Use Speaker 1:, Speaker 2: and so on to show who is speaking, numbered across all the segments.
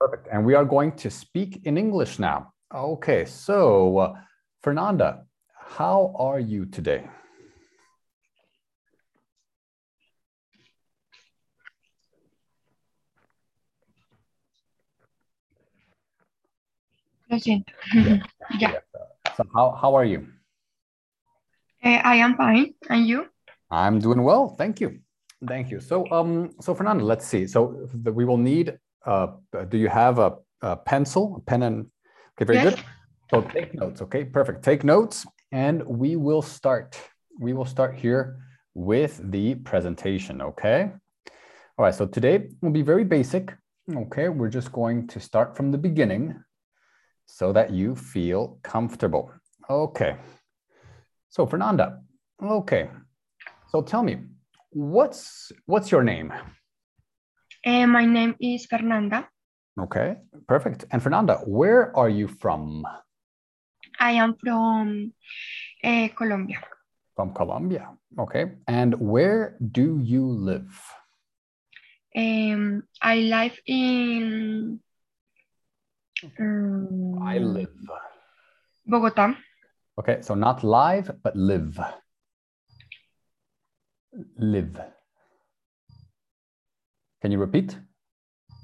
Speaker 1: Perfect. And we are going to speak in English now. Okay. So, uh, Fernanda, how are you today?
Speaker 2: Okay. yeah.
Speaker 1: So, how, how are you?
Speaker 2: Uh, I am fine. And you?
Speaker 1: I'm doing well. Thank you. Thank you. So, um, so Fernanda, let's see. So, the, we will need. Uh, do you have a, a pencil, a pen, and okay, very
Speaker 2: Yes.
Speaker 1: good. So take notes. Okay, perfect. Take notes, and we will start. We will start here with the presentation. Okay. All right. So today will be very basic. Okay, we're just going to start from the beginning, so that you feel comfortable. Okay. So Fernanda. Okay. So tell me, what's what's your name?
Speaker 2: Uh, my name is Fernanda.
Speaker 1: Okay, perfect. And Fernanda, where are you from?
Speaker 2: I am from uh, Colombia.
Speaker 1: From Colombia. Okay. And where do you live?
Speaker 2: Um, I live in um, Bogotá.
Speaker 1: Okay, so not live, but live. Live. Can you repeat?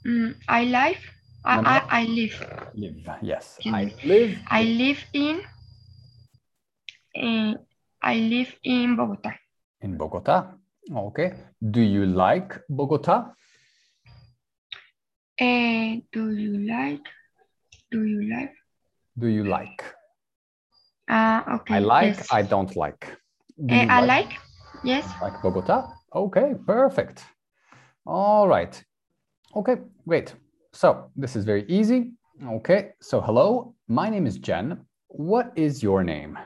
Speaker 2: Mm, I live. I,
Speaker 1: No, no.
Speaker 2: I, I live.
Speaker 1: Live. Yes.
Speaker 2: Can
Speaker 1: I
Speaker 2: you-
Speaker 1: live.
Speaker 2: I live in. eh, I live in Bogotá.
Speaker 1: in Bogota. Okay. Do you like Bogota?
Speaker 2: Eh, do you like? Do you like?
Speaker 1: Do you like?
Speaker 2: Ah, okay.
Speaker 1: I like,
Speaker 2: yes.
Speaker 1: I don't like. Do
Speaker 2: Eh,
Speaker 1: you
Speaker 2: I like. Yes.
Speaker 1: like Bogota. Okay, perfect. All right. Okay, great. So this is very easy. Okay, so hello, my name is Jen. What is your name?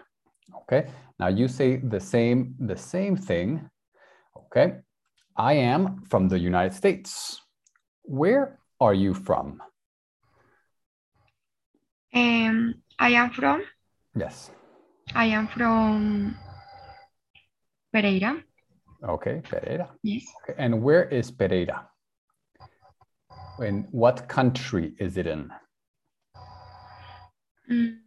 Speaker 1: Okay, now you say the same the same thing. Okay, I am from the United States. Where are you from?
Speaker 2: Um, I am from.
Speaker 1: Yes.
Speaker 2: I am from Pereira.
Speaker 1: Okay, Pereira.
Speaker 2: Yes.
Speaker 1: Okay, and where is Pereira? In what country is it in?
Speaker 2: Mm,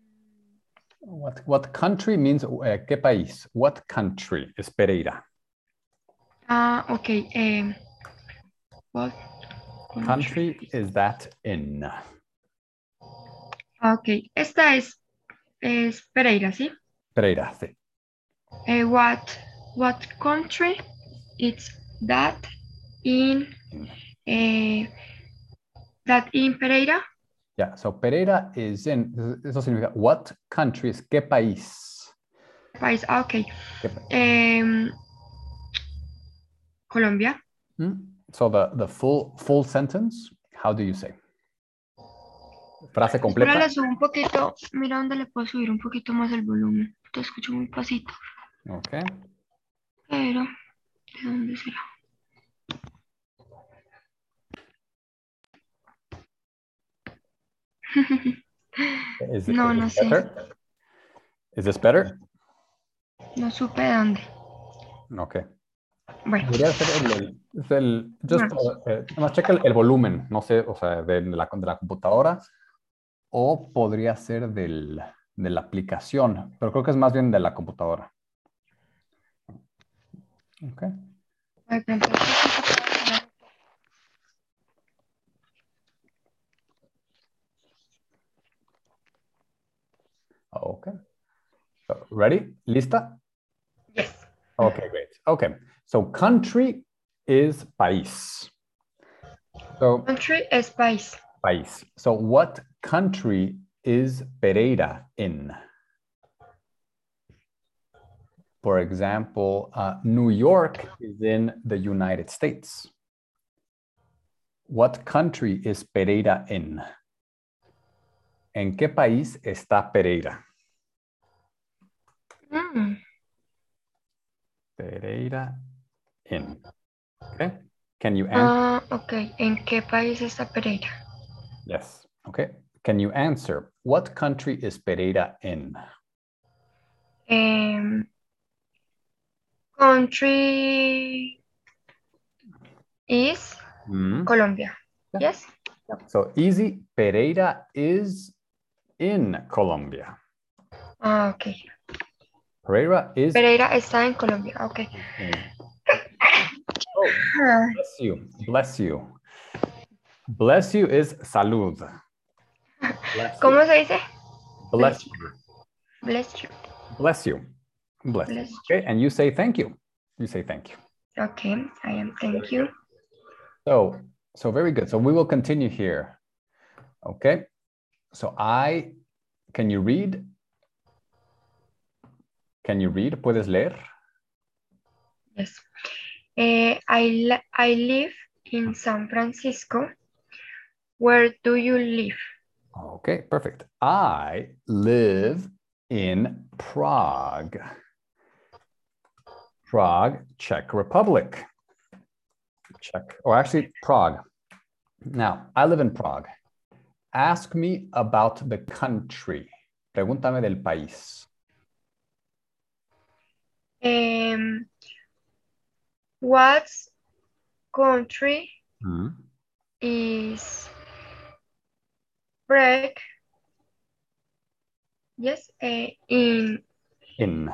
Speaker 1: What what country means uh, qué país? What country is Pereira?
Speaker 2: Ah, okay. Um, what
Speaker 1: Country is that in?
Speaker 2: Okay. Esta es, es Pereira, ¿sí?
Speaker 1: Pereira. sí.
Speaker 2: Eh, what what country it's that in eh, that in Pereira?
Speaker 1: Yeah. So Pereira is in. Eso significa what country is qué país?
Speaker 2: País. Ah, okay.
Speaker 1: Qué pa-
Speaker 2: Em, Colombia.
Speaker 1: Hmm? So the the full full sentence. How do you say? Frase
Speaker 2: Ahora
Speaker 1: completa.
Speaker 2: le subo un poquito. Mira dónde le puedo subir un poquito más el volumen. Te escucho muy pasito.
Speaker 1: Okay.
Speaker 2: Pero, ¿de dónde será?
Speaker 1: Is
Speaker 2: No,
Speaker 1: is
Speaker 2: no
Speaker 1: this
Speaker 2: sé.
Speaker 1: better? Is this better?
Speaker 2: No supe de dónde.
Speaker 1: Okay.
Speaker 2: Bueno,
Speaker 1: Debería ser el, el- es el- just, uh, eh, nada más checa el, el volumen, no sé, o sea, de la, de la computadora o podría ser del, de la aplicación, pero creo que es más bien de la computadora. Ok.
Speaker 2: de pronto.
Speaker 1: Ok. So, ready? ¿Lista?
Speaker 2: Yes.
Speaker 1: Ok, great. Ok. So, country is país. So,
Speaker 2: Country es país.
Speaker 1: país. So, what country is Pereira in? For example, uh, New York is in the United States. What country is Pereira in? ¿En qué país está Pereira?
Speaker 2: Mm.
Speaker 1: Pereira in. Okay. Can you answer?
Speaker 2: Ah, ok. ¿En qué país está Pereira?
Speaker 1: yes. Okay. Can you answer? What country is Pereira in?
Speaker 2: Em, country is
Speaker 1: Hmm?
Speaker 2: Colombia.
Speaker 1: Yeah.
Speaker 2: Yes.
Speaker 1: So easy. Pereira is in Colombia.
Speaker 2: Ah, ok.
Speaker 1: Pereira is.
Speaker 2: Pereira está en Colombia. Ok. Ah,
Speaker 1: Bless you. Bless you. Bless you is salud. Bless you.
Speaker 2: ¿Cómo se dice?
Speaker 1: Bless you.
Speaker 2: Bless you.
Speaker 1: Bless you. Bless you.
Speaker 2: Bless
Speaker 1: Okay. And you say thank you. You say thank you.
Speaker 2: Ok, I am. Thank you.
Speaker 1: So, so very good. So we will continue here. Okay. So I, can you read? Can you read? ¿Puedes leer?
Speaker 2: Yes. Eh, I, li- I live in San Francisco. Where do you live?
Speaker 1: Okay, perfect. I live in Prague. Prague, Czech Republic. Czech, or actually Prague. Now, I live in Prague. Ask me about the country. Pregúntame del país.
Speaker 2: Em, what country is Prague? Yes, eh, in,
Speaker 1: In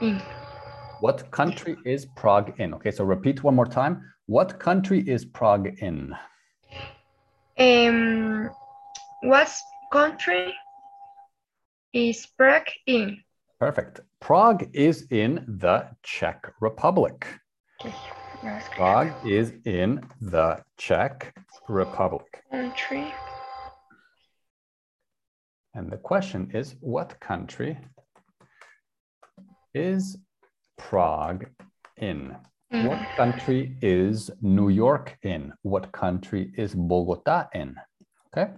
Speaker 2: in
Speaker 1: what country is Prague in? Okay, so repeat one more time. What country is Prague in?
Speaker 2: Em, what country is Prague in?
Speaker 1: Perfect. Prague is in the Czech Republic.
Speaker 2: Okay, let's go.
Speaker 1: Prague is in the Czech Republic.
Speaker 2: Country.
Speaker 1: And the question is what country is Prague in? What
Speaker 2: Mm.
Speaker 1: country is New York in? What country is Bogota in? Okay.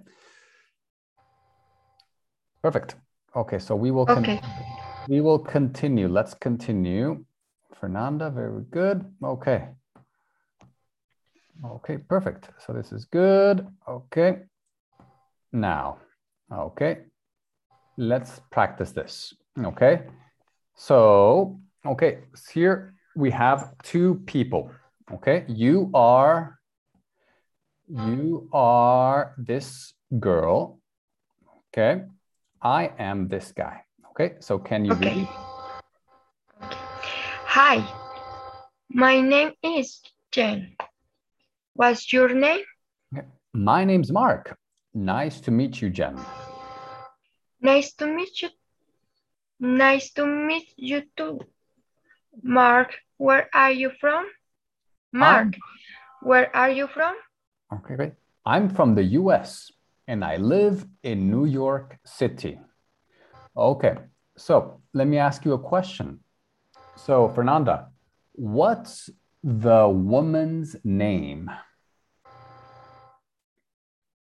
Speaker 1: Perfect. Okay, so we will con-
Speaker 2: Okay.
Speaker 1: we will continue. Let's continue. Fernanda, very good. Okay. Okay, perfect. So this is good. Okay. Now, okay. Let's practice this. Okay. So, okay, here we have two people. Okay. You are you are this girl. Okay. I am this guy. Okay. So can you
Speaker 2: Okay.
Speaker 1: read?
Speaker 2: Hi, my name is Jen. What's your name?
Speaker 1: My name's Mark. Nice to meet you, Jen.
Speaker 2: Nice to meet you. Nice to meet you too. Mark, where are you from? Mark, where are you from?
Speaker 1: Okay, great. I'm from the US and I live in New York City. Okay, so let me ask you a question. So, Fernanda, what's the woman's name?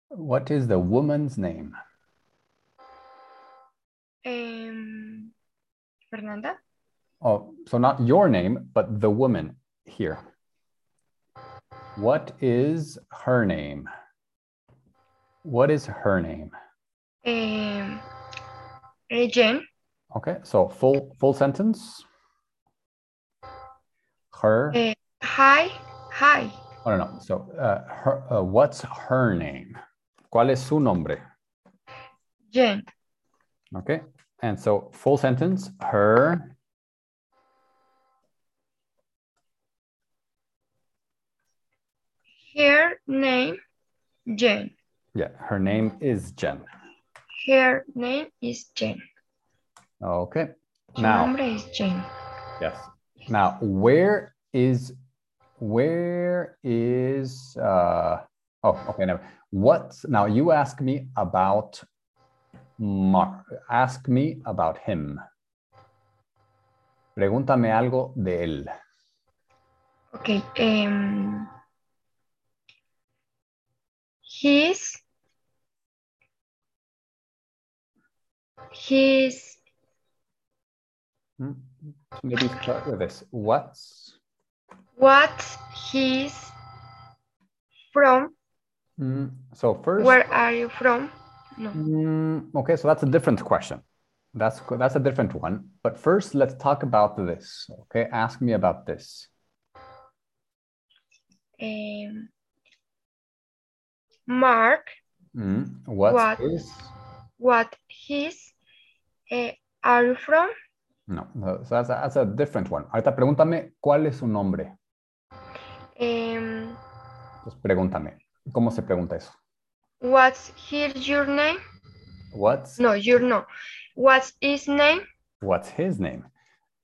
Speaker 1: What is the woman's name?
Speaker 2: Em, Fernanda.
Speaker 1: Oh, so not your name, but the woman here. What is her name? What is her name?
Speaker 2: Em, eh, Jen.
Speaker 1: Okay, so full full sentence. Her.
Speaker 2: Eh, hi, hi.
Speaker 1: Oh no, no. So uh, her. Uh, what's her name? ¿Cuál es su nombre?
Speaker 2: Jen.
Speaker 1: Okay, and so full sentence. Her.
Speaker 2: Her name, Jen.
Speaker 1: Yeah, her name is Jen.
Speaker 2: Her name is Jen.
Speaker 1: Okay.
Speaker 2: Su
Speaker 1: Now.
Speaker 2: nombre es Jen.
Speaker 1: Yes. Now, where is where is uh oh okay never what now you ask me about Mark ask me about him. Pregúntame algo de él.
Speaker 2: Okay. Um, his his
Speaker 1: Hmm? Maybe start with this. What's
Speaker 2: what he's from?
Speaker 1: Hmm, so first
Speaker 2: Where are you from? No.
Speaker 1: Mm, okay, so that's a different question. That's co- that's a different one. But first, let's talk about this. Okay, ask me about this.
Speaker 2: Um, Mark
Speaker 1: Mm, What's
Speaker 2: What?
Speaker 1: his?
Speaker 2: what his eh, are you from?
Speaker 1: No, no, so that's a, that's a different one. Ahorita pregúntame cuál es su nombre.
Speaker 2: Em,
Speaker 1: Entonces pregúntame. ¿Cómo se pregunta eso?
Speaker 2: what's his your name?
Speaker 1: What's,
Speaker 2: No, your no. What's his name?
Speaker 1: what's his name?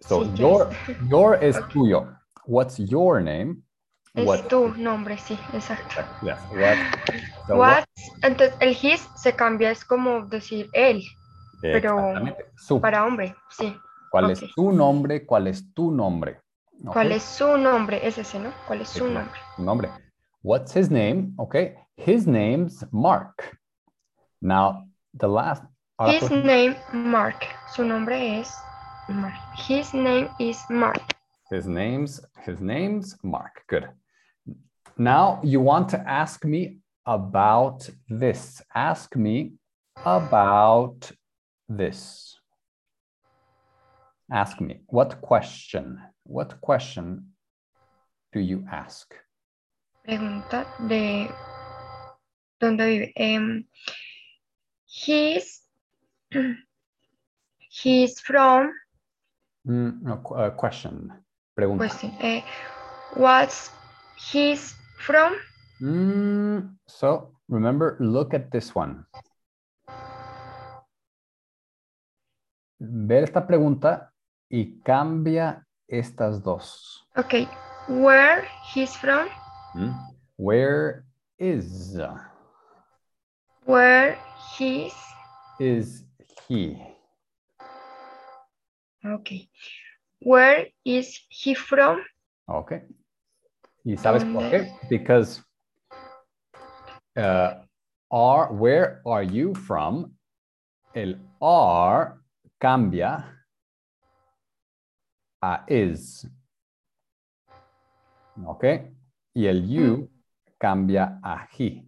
Speaker 1: So
Speaker 2: Sí,
Speaker 1: your, your es
Speaker 2: Ok.
Speaker 1: tuyo. What's your name?
Speaker 2: Es
Speaker 1: What-
Speaker 2: tu nombre, sí, exacto.
Speaker 1: Yes, what- so what-
Speaker 2: What's, entonces el his se cambia, es como decir él pero-
Speaker 1: Exactamente. Su-
Speaker 2: para hombre, sí.
Speaker 1: ¿Cuál
Speaker 2: ok.
Speaker 1: es tu nombre? ¿Cuál es tu nombre?
Speaker 2: ¿Cuál
Speaker 1: Ok.
Speaker 2: es su nombre? Es ese, ¿no? ¿Cuál es
Speaker 1: Sí,
Speaker 2: su
Speaker 1: claro.
Speaker 2: nombre?
Speaker 1: su nombre. What's his name? Okay, his name's Mark. Now, the last. ahora pues.
Speaker 2: His
Speaker 1: tú-
Speaker 2: name Mark. Su nombre es Mark. His name is Mark.
Speaker 1: His name's his name's Mark. Good. Now you want to ask me about this. Ask me about this. Ask me what question? What question do you ask?
Speaker 2: Pregunta de dónde vive. Em, he's he's from
Speaker 1: Mm, no, qu- uh, question. Pregunta.
Speaker 2: question. eh, what's he's from?
Speaker 1: Mm, so remember, look at this one. Ver esta pregunta y cambia estas dos.
Speaker 2: Okay. Where he's from?
Speaker 1: Mm. Where is
Speaker 2: Where he's
Speaker 1: is he?
Speaker 2: okay. Where is he from?
Speaker 1: Okay. ¿Y sabes por
Speaker 2: ¿Dónde?
Speaker 1: qué? Because uh, are, where are you from? El are cambia a is. Okay. Y el you cambia a he.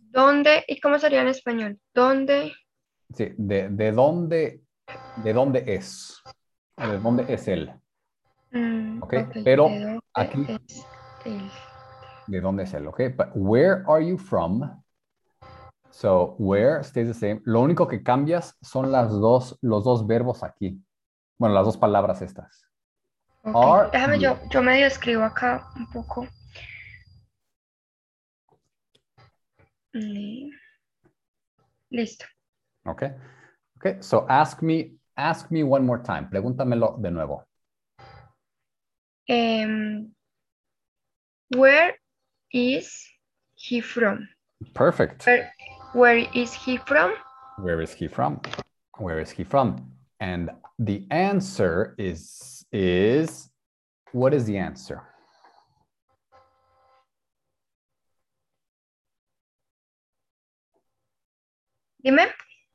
Speaker 2: ¿Dónde? ¿Y cómo sería en español? ¿Dónde?
Speaker 1: Sí, de, de dónde, de dónde es. O de dónde es él.
Speaker 2: Mm,
Speaker 1: Ok, pero
Speaker 2: ¿de dónde
Speaker 1: aquí-
Speaker 2: es él?
Speaker 1: de dónde es él, ok? But where are you from? So, where stays the same. Lo único que cambias son las dos, los dos verbos aquí. Bueno, las dos palabras estas.
Speaker 2: Ok,
Speaker 1: Are
Speaker 2: Déjame, yo,
Speaker 1: you-
Speaker 2: yo medio escribo acá un poco. Li- Listo.
Speaker 1: Ok. Ok, so ask me, ask me one more time. Pregúntamelo de nuevo.
Speaker 2: Em, where is he from?
Speaker 1: Perfect.
Speaker 2: Where, where is he from?
Speaker 1: Where is he from? Where is he from? And the answer is, is, what is the answer?
Speaker 2: Dime.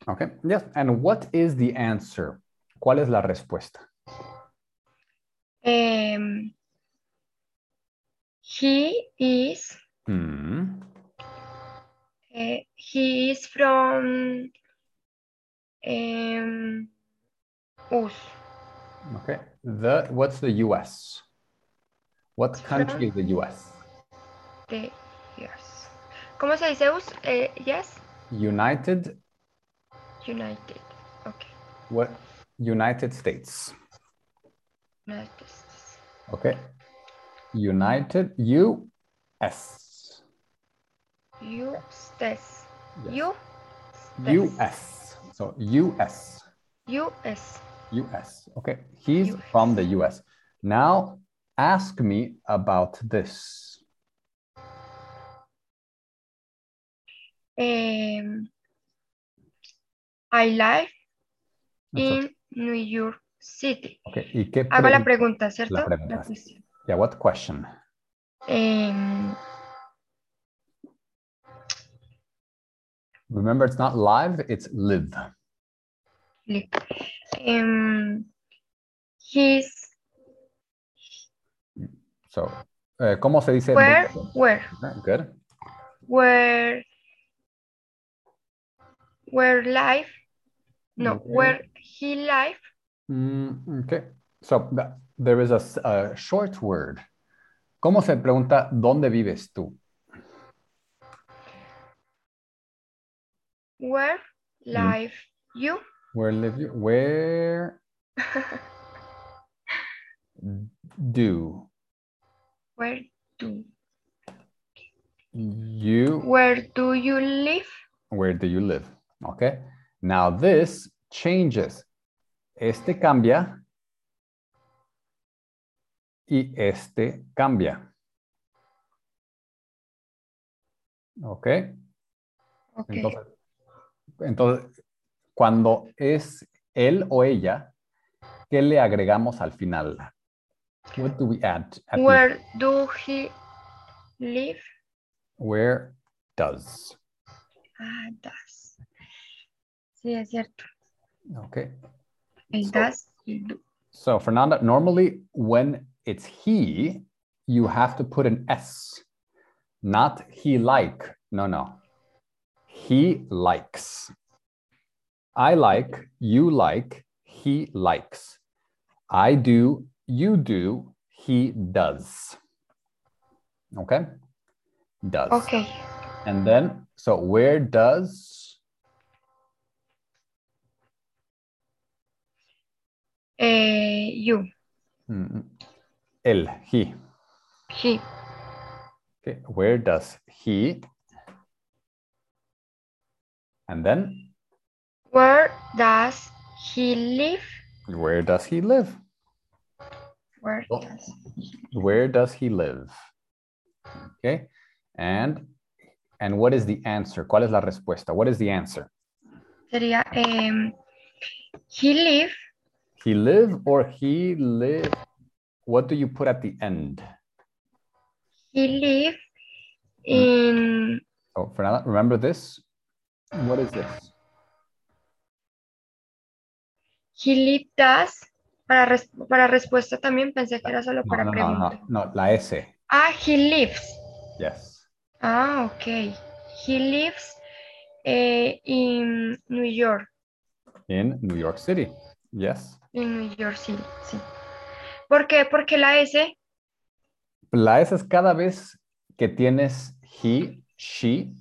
Speaker 1: Okay, yes. And what is the answer? ¿Cuál es la respuesta?
Speaker 2: Em, he is
Speaker 1: Mm.
Speaker 2: Eh, he is from um, US.
Speaker 1: Okay. The what's the U.S. What country is the U.S.
Speaker 2: The Eh, yes. ¿Cómo se dice US? Eh, yes,
Speaker 1: United
Speaker 2: United. Okay,
Speaker 1: what United States.
Speaker 2: United States.
Speaker 1: Okay. United U.S.
Speaker 2: You states.
Speaker 1: Yes.
Speaker 2: You
Speaker 1: U.S. So U.S.
Speaker 2: US.
Speaker 1: U.S. Okay. He's
Speaker 2: US.
Speaker 1: from the U.S. Now ask me about this.
Speaker 2: Em, I live
Speaker 1: That's
Speaker 2: in New York City.
Speaker 1: Okay. ¿Y qué
Speaker 2: Mm. Hago la
Speaker 1: pregun-
Speaker 2: pregunta, ¿cierto? La
Speaker 1: pregunta.
Speaker 2: cuestión.
Speaker 1: Yeah. What question?
Speaker 2: Em,
Speaker 1: Remember, it's not live. It's live.
Speaker 2: Li- em, he's
Speaker 1: So, eh, ¿cómo se dice?
Speaker 2: Where, where,
Speaker 1: Good.
Speaker 2: where, where life, no,
Speaker 1: Okay.
Speaker 2: where he life,
Speaker 1: Mm, okay. So th- there is a, s- a short word ¿Cómo se pregunta dónde vives tú?
Speaker 2: Where live you?
Speaker 1: Where live you? Where do
Speaker 2: Where do
Speaker 1: you
Speaker 2: where do you live?
Speaker 1: where do you live? Okay. Now this changes. Este cambia y este cambia. Okay.
Speaker 2: Okay.
Speaker 1: Entonces, entonces, cuando es él o ella, ¿qué le agregamos al final? What do we add? at the-
Speaker 2: Where do he live?
Speaker 1: Where does.
Speaker 2: Ah, does. Sí, es cierto.
Speaker 1: Okay.
Speaker 2: El
Speaker 1: So-
Speaker 2: does y do.
Speaker 1: So, Fernanda, normally when it's he, you have to put an S, not he like. No, no. He likes. I like, you like, he likes. I do, you do, he does. Okay? Does.
Speaker 2: Okay.
Speaker 1: And then, so where does
Speaker 2: Eh, you,
Speaker 1: mm, el, he?
Speaker 2: he,
Speaker 1: Okay, where does he? And then
Speaker 2: where does he live?
Speaker 1: where does he live?
Speaker 2: Where
Speaker 1: Oh.
Speaker 2: does
Speaker 1: Where does he live? Okay. And and what is the answer? ¿Cuál es la respuesta? What is the answer?
Speaker 2: sería em, he live
Speaker 1: He live or he live? What do you put at the end?
Speaker 2: he live
Speaker 1: Ah.
Speaker 2: in
Speaker 1: Oh, Fernanda, remember this? What is this?
Speaker 2: he live does para res- para respuesta también pensé que era solo
Speaker 1: No,
Speaker 2: para
Speaker 1: no, no,
Speaker 2: pregunta.
Speaker 1: no, no, la S.
Speaker 2: Ah, he lives.
Speaker 1: Yes.
Speaker 2: Ah, okay. He lives eh, in New York,
Speaker 1: In New York City. Yes.
Speaker 2: in New York City, sí. ¿Por qué? Porque la S
Speaker 1: La S es cada vez que tienes he, she,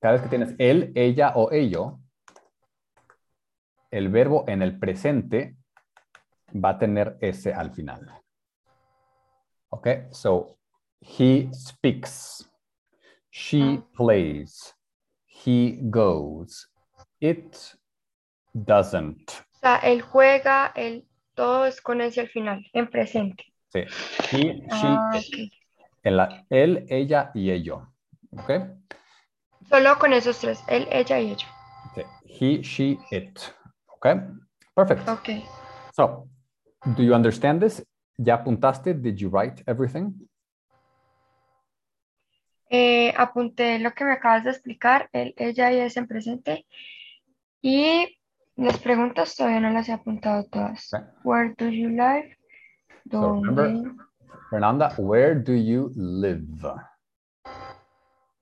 Speaker 1: cada vez que tienes él, ella o ello, el verbo en el presente va a tener S al final. Ok, so he speaks, she plays, he goes, it doesn't.
Speaker 2: O sea, él juega, él, todo es con ese al final, en presente.
Speaker 1: Sí, he,
Speaker 2: Ah,
Speaker 1: she,
Speaker 2: ok.
Speaker 1: el, él, ella y ello. Ok.
Speaker 2: Solo con esos tres, él, ella y ella.
Speaker 1: Okay, He, she, it. Okay, perfect.
Speaker 2: Ok.
Speaker 1: So, do you understand this? ¿Ya apuntaste? Did you write everything?
Speaker 2: Eh, apunté lo que me acabas de explicar, él, ella y es en presente. Y las preguntas todavía no las he apuntado todas.
Speaker 1: Ok.
Speaker 2: Where do you live?
Speaker 1: So, remember-
Speaker 2: ¿Dónde?
Speaker 1: Fernanda, where do you live?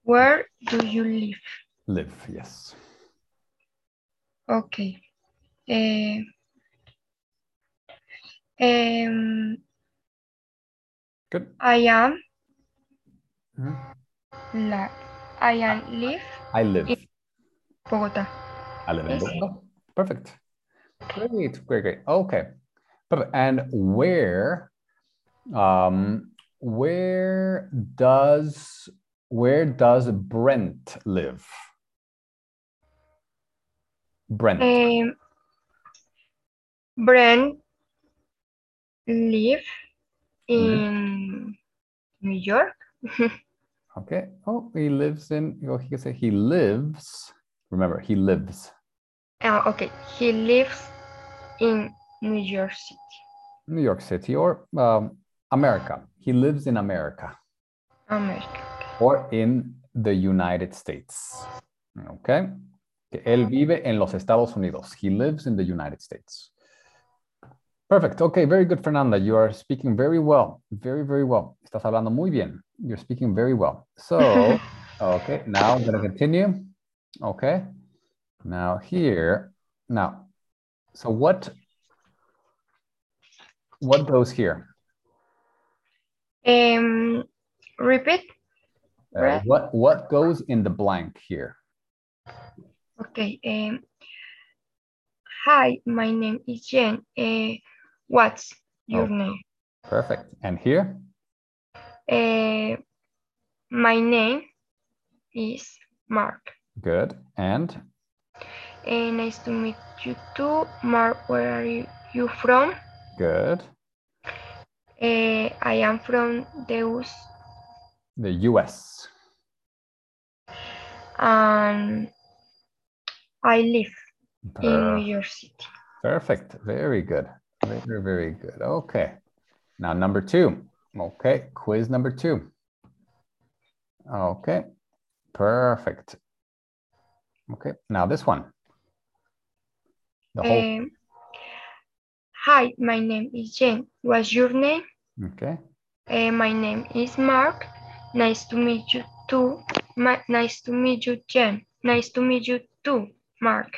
Speaker 2: Where do you live?
Speaker 1: Live, yes.
Speaker 2: Ok. Eh, em,
Speaker 1: Good.
Speaker 2: I am
Speaker 1: Mhm.
Speaker 2: la I am live
Speaker 1: I live.
Speaker 2: Bogotá.
Speaker 1: I live in
Speaker 2: Yes.
Speaker 1: Bogota. Perfect. Great, great, great. Okay. Perfect. And where, um, where does where does Brent live? Brent.
Speaker 2: Em, Brent live in New York.
Speaker 1: Okay. Oh, he lives in. Oh, he can say he lives. Remember, he lives
Speaker 2: Ah, ok. He lives in New York City.
Speaker 1: New York City or um, America. He lives in America
Speaker 2: América.
Speaker 1: or in the United States. Okay. Que Él vive en los Estados Unidos. He lives in the United States. Perfect. Okay. Very good, Fernanda. You are speaking very well. Very, very well. Estás hablando muy bien. You're speaking very well. So. Okay, now I'm gonna continue. Okay. Now here, now, so what what goes here?
Speaker 2: Um, repeat.
Speaker 1: Uh,
Speaker 2: Breath.
Speaker 1: what what goes in the blank here?
Speaker 2: Okay. Um, hi, my name is Jen. Uh, what's your
Speaker 1: Okay.
Speaker 2: name?
Speaker 1: Perfect. And here?
Speaker 2: Uh, my name is Mark.
Speaker 1: Good. And
Speaker 2: Eh, nice to meet you too. Mark, where are you, you from?
Speaker 1: good.
Speaker 2: Eh, I am from Deus.
Speaker 1: The US.
Speaker 2: Um, I live in New
Speaker 1: Per-
Speaker 2: York City.
Speaker 1: Perfect. Very good. Very, very good. Okay. Now number two. Okay. Quiz number two. Okay. Perfect. Okay. Now this one. The whole
Speaker 2: Eh, hi, my name is Jane. What's your name?
Speaker 1: okay.
Speaker 2: Eh, my name is Mark. Nice to meet you too. Ma- nice to meet you, Jane. Nice to meet you too, Mark.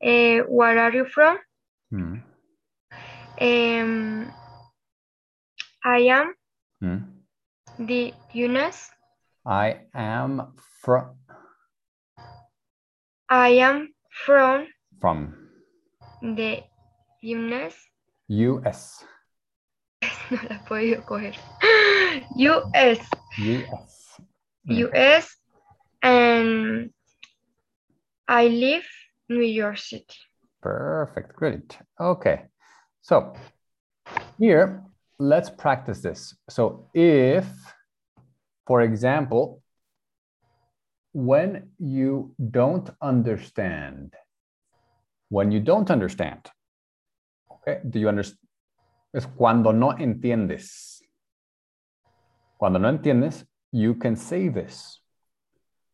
Speaker 2: Eh, where are you from?
Speaker 1: Hmm.
Speaker 2: Um, I am
Speaker 1: Hmm.
Speaker 2: the Yunus.
Speaker 1: I am from
Speaker 2: I am from
Speaker 1: from
Speaker 2: the Yunus.
Speaker 1: US.
Speaker 2: No la he podido coger. US,
Speaker 1: US. Mm.
Speaker 2: US, and I live New York City.
Speaker 1: Perfect. Great. Okay. So here, let's practice this. So if, for example, when you don't understand, when you don't understand, okay, do you understand? Es cuando no entiendes. Cuando no entiendes, you can say this.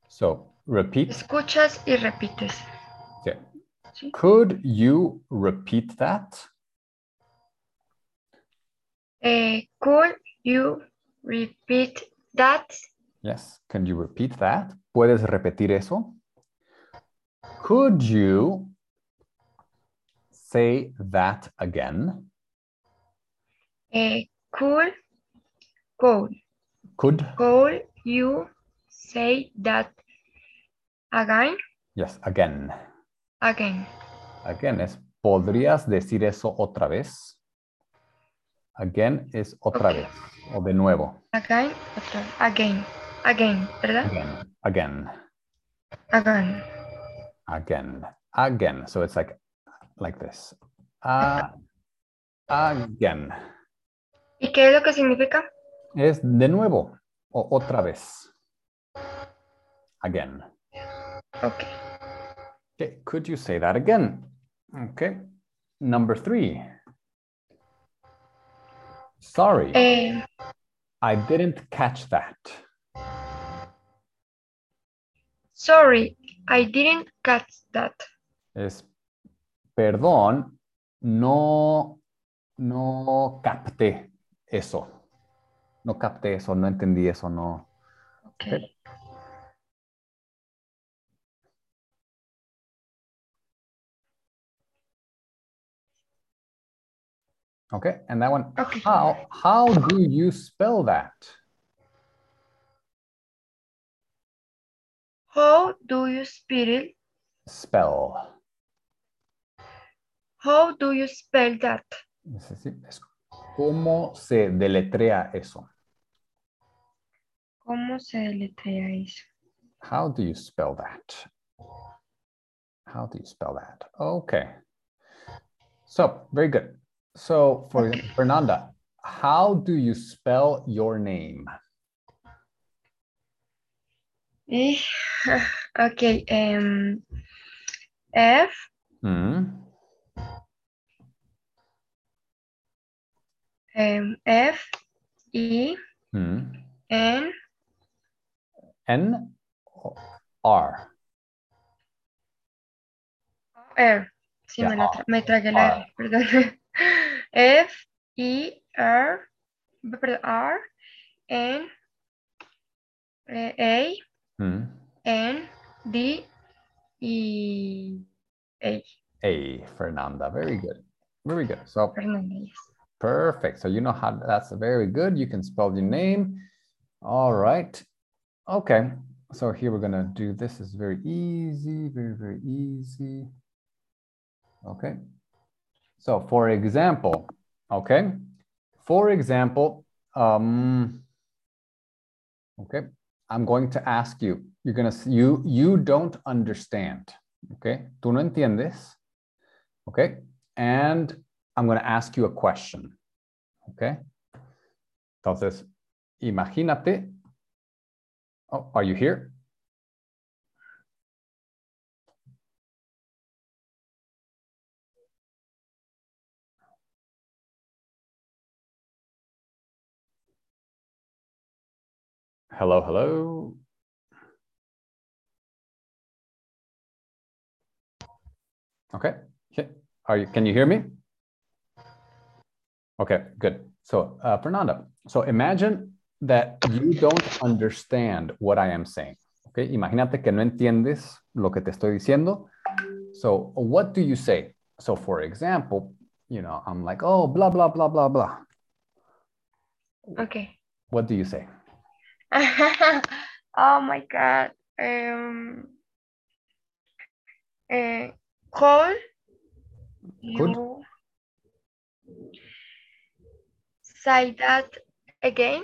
Speaker 1: So repeat.
Speaker 2: Escuchas y repites.
Speaker 1: Could you repeat that?
Speaker 2: Eh, could you repeat that?
Speaker 1: Yes. Can you repeat that? ¿Puedes repetir eso? Could you say that again?
Speaker 2: Eh, could, could,
Speaker 1: Could.
Speaker 2: could you say that again?
Speaker 1: Yes, again.
Speaker 2: Again.
Speaker 1: Again es ¿podrías decir eso otra vez? Again es otra
Speaker 2: Ok.
Speaker 1: vez o de nuevo.
Speaker 2: Again, otra, again, again, ¿verdad?
Speaker 1: Again. Again.
Speaker 2: Again.
Speaker 1: Again. Again. So it's like like this. Ah, again.
Speaker 2: ¿Y qué es lo que significa?
Speaker 1: Es de nuevo o otra vez. Again.
Speaker 2: Ok.
Speaker 1: Okay, could you say that again? Okay. Number three. Sorry,
Speaker 2: Eh,
Speaker 1: I didn't catch that.
Speaker 2: sorry, I didn't catch that.
Speaker 1: Es perdón, no, no capté eso. No capté eso, no entendí eso, no.
Speaker 2: Okay.
Speaker 1: Okay, and that one.
Speaker 2: Okay.
Speaker 1: How how do you spell that?
Speaker 2: How do you spell?
Speaker 1: Spell.
Speaker 2: How do you spell that?
Speaker 1: Es decir, es- ¿Cómo se deletrea eso?
Speaker 2: ¿Cómo se deletrea eso?
Speaker 1: How do you spell that? How do you spell that? Okay. So, very good. So, for
Speaker 2: Okay.
Speaker 1: example, Fernanda, how do you spell your name?
Speaker 2: Y- Okay. em, F
Speaker 1: Mm,
Speaker 2: em, F I
Speaker 1: mm.
Speaker 2: N
Speaker 1: N o- R.
Speaker 2: R. Sí,
Speaker 1: Ya,
Speaker 2: me, la
Speaker 1: R.
Speaker 2: tra- me tragué la R, perdón. F I R b- perdón, R N eh, A
Speaker 1: Mm.
Speaker 2: N D E. I A
Speaker 1: A, Fernanda. Very good. Very good. So,
Speaker 2: Fernández.
Speaker 1: Perfect. So you know how that's very good. You can spell your name. All right. Okay. So here we're going to do this is very easy, very, very easy. Okay. So for example, okay. For example, um, okay, I'm going to ask you, you're going to, you, you don't understand. Okay. Tú no entiendes. Okay. And I'm going to ask you a question. Okay. Entonces, imagínate. Oh, are you here? Hello, hello. Okay. Are you, can you hear me? Okay, good. So, uh, Fernanda, so imagine that you don't understand what I am saying. Okay, imagínate que no entiendes lo que te estoy diciendo. So, what do you say? So, for example, you know, I'm like, oh, blah, blah, blah, blah, blah.
Speaker 2: Okay.
Speaker 1: What do you say?
Speaker 2: oh my God. Um, uh, call you say that again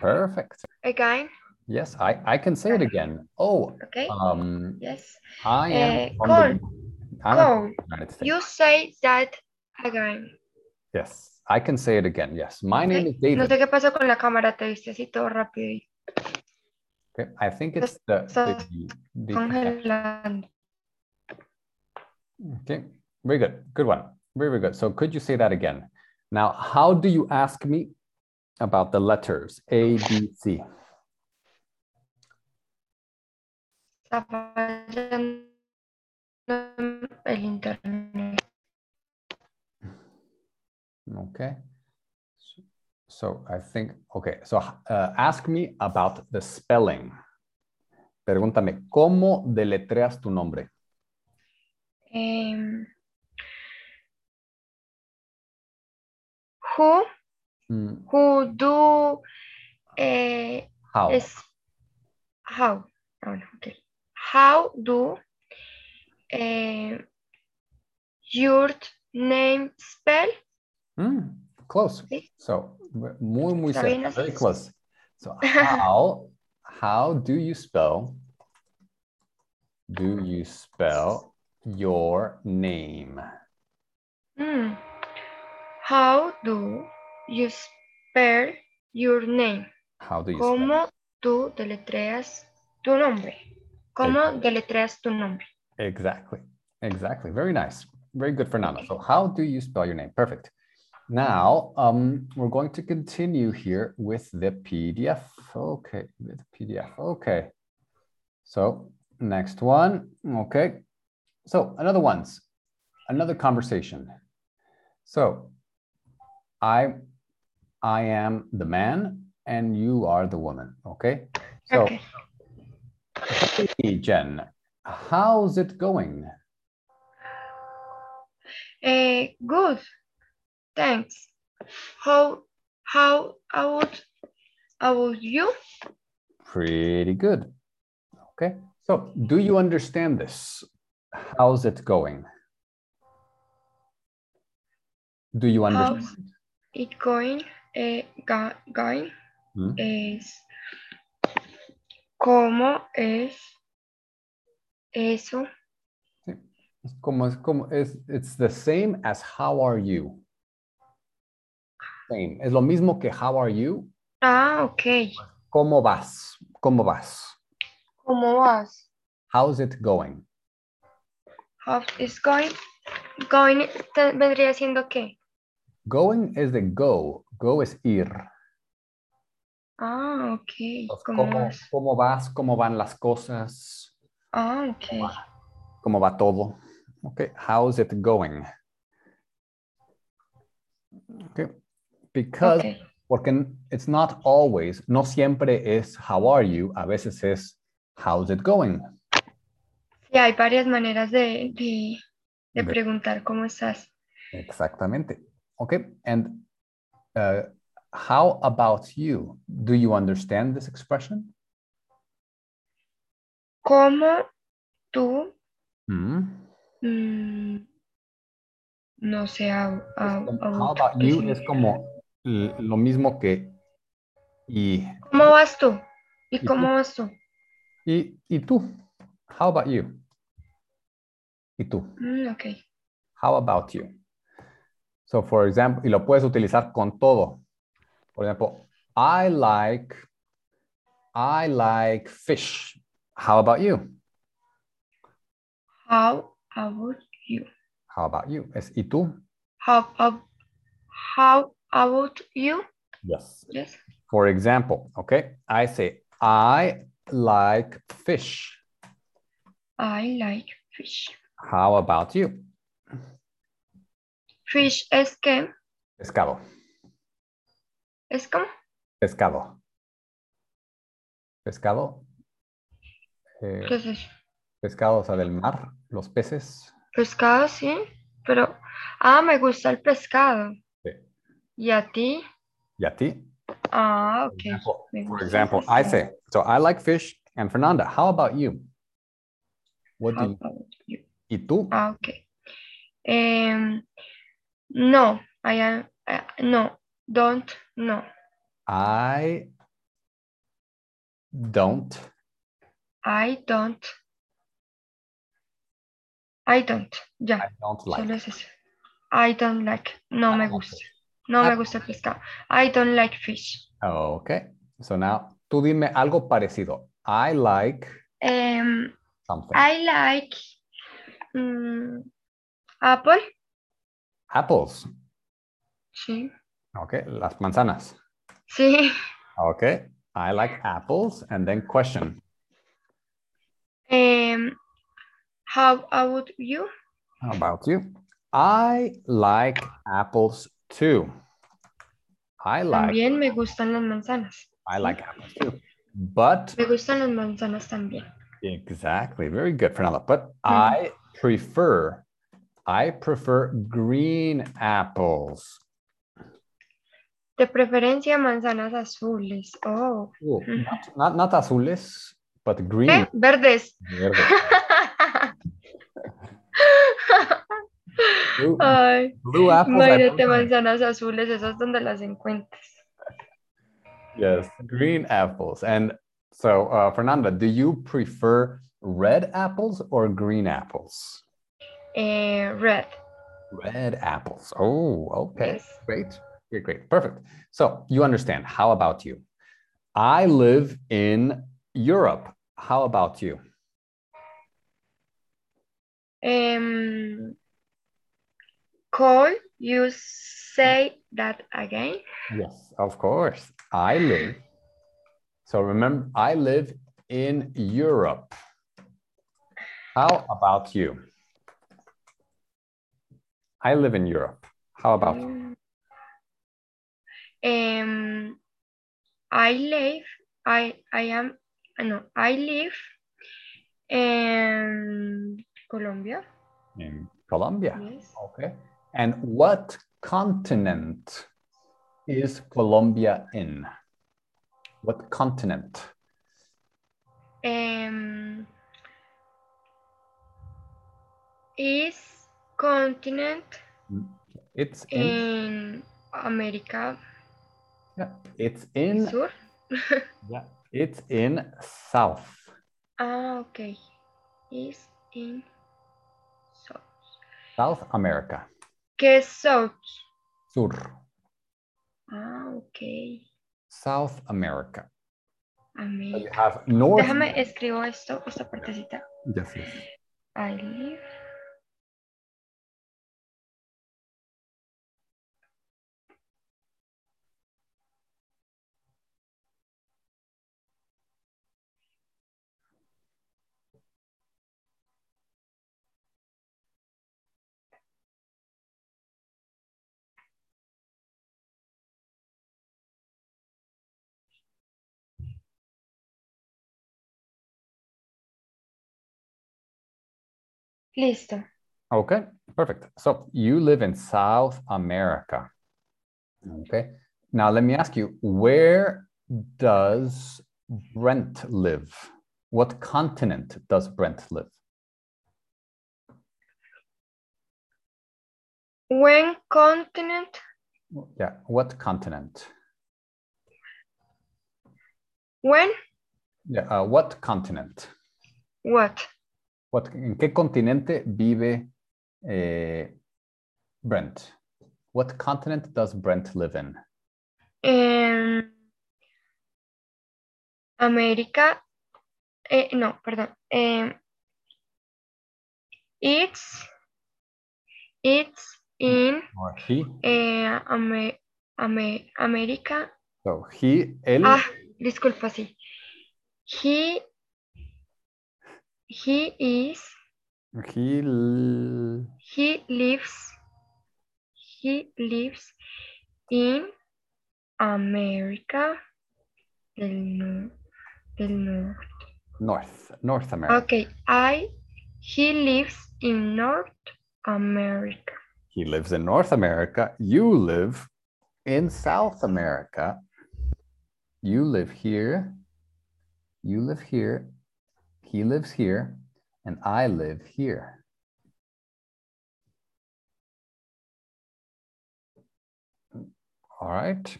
Speaker 1: Perfect.
Speaker 2: again
Speaker 1: Yes, I, I can say it again. Oh,
Speaker 2: okay
Speaker 1: um,
Speaker 2: yes
Speaker 1: I am from
Speaker 2: Uh,
Speaker 1: the- I'm from
Speaker 2: call.
Speaker 1: the United States.
Speaker 2: you say that again
Speaker 1: Yes, I can say it again. Yes, my name is
Speaker 2: no
Speaker 1: David.
Speaker 2: sé qué pasó con la cámara te viste así todo rápido y
Speaker 1: Okay, I think it's the, the, the connection.
Speaker 2: congelando
Speaker 1: Okay, very good. Good one. Very, very good. So could you say that again? Now, how do you ask me about the letters A, B, C?
Speaker 2: está fallando el internet
Speaker 1: Okay. So- So I think, okay, so uh, ask me about the spelling. Pregúntame, ¿cómo deletreas tu nombre?
Speaker 2: Em, who
Speaker 1: Mm,
Speaker 2: who do eh,
Speaker 1: How?
Speaker 2: is how oh, no, okay how do eh, your name spell
Speaker 1: Mm, Close.
Speaker 2: Sí.
Speaker 1: So, ve- muy, muy
Speaker 2: Está bien
Speaker 1: cerca.
Speaker 2: así.
Speaker 1: Very close. So, how, how do you spell, do you spell your name?
Speaker 2: Hmm. how do you spell your name
Speaker 1: How do you spell?
Speaker 2: cómo tú deletreas tu nombre cómo deletreas tu nombre
Speaker 1: Exactly. Exactly. Very nice. Very good, Fernando. So, how do you spell your name? Perfect. Now, um, we're going to continue here with the PDF. Okay, with PDF. Okay. So, next one. Okay. So, another one's another conversation. So, I I am the man and you are the woman, okay? So,
Speaker 2: okay
Speaker 1: hey, Jen, how's it going?
Speaker 2: Eh, good thanks how how about about you
Speaker 1: Pretty good. Okay. So, do you understand this? How's it going? Do you understand?
Speaker 2: How's- it going eh, ga- going
Speaker 1: Hmm?
Speaker 2: es cómo es eso
Speaker 1: Es como- es como- es- it's the same as how are you? Same. Es lo mismo que how are you?
Speaker 2: ah ok
Speaker 1: ¿Cómo vas? ¿Cómo vas?
Speaker 2: cómo vas
Speaker 1: How's it going?
Speaker 2: how is going going te- vendría siendo qué
Speaker 1: Going es de go. Go es ir.
Speaker 2: ah ok
Speaker 1: Entonces, Pues,
Speaker 2: cómo
Speaker 1: ¿Cómo,
Speaker 2: vas
Speaker 1: cómo vas? ¿Cómo van las cosas?
Speaker 2: ah ok
Speaker 1: ¿Cómo va todo? Okay. How's it going? Okay. Because
Speaker 2: ok
Speaker 1: porque it's not always, no siempre es how are you, a veces es how's it going.
Speaker 2: y hay varias maneras de, de, de
Speaker 1: De-
Speaker 2: preguntar cómo estás
Speaker 1: Exactamente. Okay. And uh, how about you? Do you understand this expression?
Speaker 2: ¿Cómo tú?
Speaker 1: Hmm.
Speaker 2: Mm, no sé, a- a-
Speaker 1: Como- How
Speaker 2: adulto,
Speaker 1: about
Speaker 2: ¿qué
Speaker 1: you? Es
Speaker 2: significa?
Speaker 1: como l- lo mismo que y,
Speaker 2: ¿Cómo vas tú? ¿Y
Speaker 1: tú?
Speaker 2: cómo vas tú?
Speaker 1: y, y tú. How about you? Y tú.
Speaker 2: Mm, ok.
Speaker 1: How about you? So, for example, y lo puedes utilizar con todo. Por ejemplo, I like, I like fish. How about you?
Speaker 2: How about you?
Speaker 1: How about you? Es, ¿Y tú?
Speaker 2: How, ab- how about you?
Speaker 1: Yes.
Speaker 2: Yes.
Speaker 1: For example, okay, I say, I like fish.
Speaker 2: I like fish.
Speaker 1: How about you?
Speaker 2: Fish es que,
Speaker 1: Pescado,
Speaker 2: es como
Speaker 1: pescado. Pescado. eh,
Speaker 2: ¿Qué es eso?
Speaker 1: pescado, o sea, del mar, los peces.
Speaker 2: Pescado, sí, pero, ah, me gusta el pescado.
Speaker 1: Sí.
Speaker 2: ¿Y a ti?
Speaker 1: ¿Y a ti?
Speaker 2: Ah, ok.
Speaker 1: example-
Speaker 2: me
Speaker 1: For
Speaker 2: gusta el
Speaker 1: example, I
Speaker 2: pescado.
Speaker 1: say, so I like fish. And Fernanda, how about you? What do
Speaker 2: How
Speaker 1: you,
Speaker 2: about you?
Speaker 1: ¿Y tú?
Speaker 2: Ah, ok. Em, no, I am, eh, no, don't, no.
Speaker 1: I don't.
Speaker 2: I don't. I don't. Ya,
Speaker 1: I don't like.
Speaker 2: solo es eso. I don't like. No
Speaker 1: I
Speaker 2: me
Speaker 1: don't
Speaker 2: gusta. No
Speaker 1: I-
Speaker 2: me gusta el pescado. I don't like fish.
Speaker 1: Okay. So now, tú dime algo parecido. I like
Speaker 2: Em,
Speaker 1: something.
Speaker 2: I like mm, apple.
Speaker 1: Apples.
Speaker 2: Sí.
Speaker 1: Okay. Las manzanas.
Speaker 2: Sí.
Speaker 1: Okay. I like apples. And then question.
Speaker 2: Em, how about you?
Speaker 1: How about you? I like apples too. I like,
Speaker 2: También me gustan las manzanas.
Speaker 1: I like apples too. But
Speaker 2: Me gustan las manzanas también.
Speaker 1: Exactly. Very good, Fernanda. But
Speaker 2: Hmm.
Speaker 1: I prefer, I prefer green apples.
Speaker 2: De preferencia manzanas azules. Oh.
Speaker 1: Ooh,
Speaker 2: Mhm.
Speaker 1: not, not, not azules, but green.
Speaker 2: ¿Eh? Verdes.
Speaker 1: Verde. Blue,
Speaker 2: Ay,
Speaker 1: blue apples. I
Speaker 2: imagínate
Speaker 1: prefer.
Speaker 2: manzanas azules, esas donde las encuentres.
Speaker 1: Yes, green apples. And so, uh, Fernanda, do you prefer red apples or green apples?
Speaker 2: Eh, red. pues.
Speaker 1: Red apples. Oh, okay.
Speaker 2: Yes.
Speaker 1: Great. Great, great. Perfect. So you understand. How about you? I live in Europe. How about you?
Speaker 2: Em, could you say that again?
Speaker 1: Yes, of course. I live. So remember, I live in Europe. How about you? I live in Europe. How about you?
Speaker 2: Em, I live, I, I am, no, I live en Colombia.
Speaker 1: in Colombia?
Speaker 2: Yes.
Speaker 1: Okay. And what continent is Colombia in? What continent?
Speaker 2: Em, is continent
Speaker 1: It's in
Speaker 2: en América
Speaker 1: yeah, it's in
Speaker 2: Sur.
Speaker 1: yeah, it's in South.
Speaker 2: Ah, ok. Is in South.
Speaker 1: South America.
Speaker 2: ¿Qué es South?
Speaker 1: Sur.
Speaker 2: Ah, ok.
Speaker 1: South America. So you
Speaker 2: América.
Speaker 1: have North
Speaker 2: Déjame escribo esto, esta partecita.
Speaker 1: Yes, yes.
Speaker 2: I live. Listo.
Speaker 1: Okay, perfect. So you live in South America. Okay. Now, let me ask you, where does Brent live? What continent does Brent live?
Speaker 2: When continent?
Speaker 1: Yeah, what continent?
Speaker 2: When?
Speaker 1: Yeah, uh, what continent?
Speaker 2: What?
Speaker 1: What, ¿En qué continente vive eh, Brent? What continent does Brent live in?
Speaker 2: En América. eh, no, perdón. em, it's. It's in
Speaker 1: Or he?
Speaker 2: eh, Ame- Ame- América.
Speaker 1: So he, él,
Speaker 2: Ah, disculpa, sí. He. He is.
Speaker 1: he, l-
Speaker 2: He lives. He lives in America del, no, del Norte.
Speaker 1: North, North America.
Speaker 2: Okay, I. He lives in North America.
Speaker 1: He lives in North America. You live in South America. You live here. You live here. He lives here. And I live here. All right.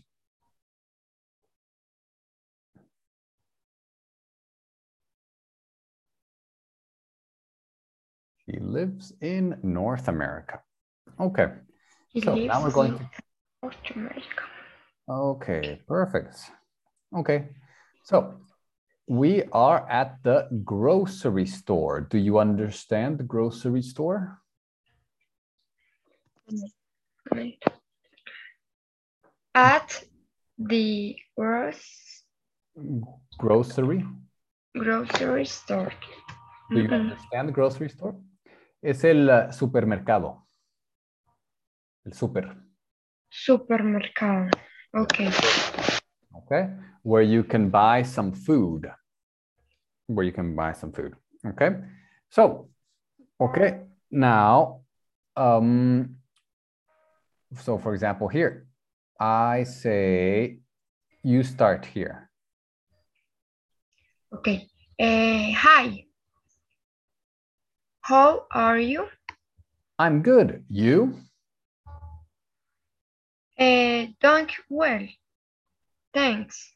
Speaker 1: He lives in North America. Okay.
Speaker 2: He
Speaker 1: So
Speaker 2: lives
Speaker 1: now we're going
Speaker 2: in
Speaker 1: to
Speaker 2: North America.
Speaker 1: Okay, perfect. Okay, so we are at the grocery store. Do you understand grocery store?
Speaker 2: Right. At the gross
Speaker 1: Grocery?
Speaker 2: grocery store. Mm-hmm.
Speaker 1: Do you
Speaker 2: Mm-mm.
Speaker 1: understand grocery store? Es el eh, supermercado. El super,
Speaker 2: Supermercado. Okay.
Speaker 1: okay? Where you can buy some food. Where you can buy some food, okay? So, okay, now, um, so for example, here, I say, you start here.
Speaker 2: Okay. Eh, hi. How are you?
Speaker 1: I'm good. You?
Speaker 2: Eh, doing well. Thanks.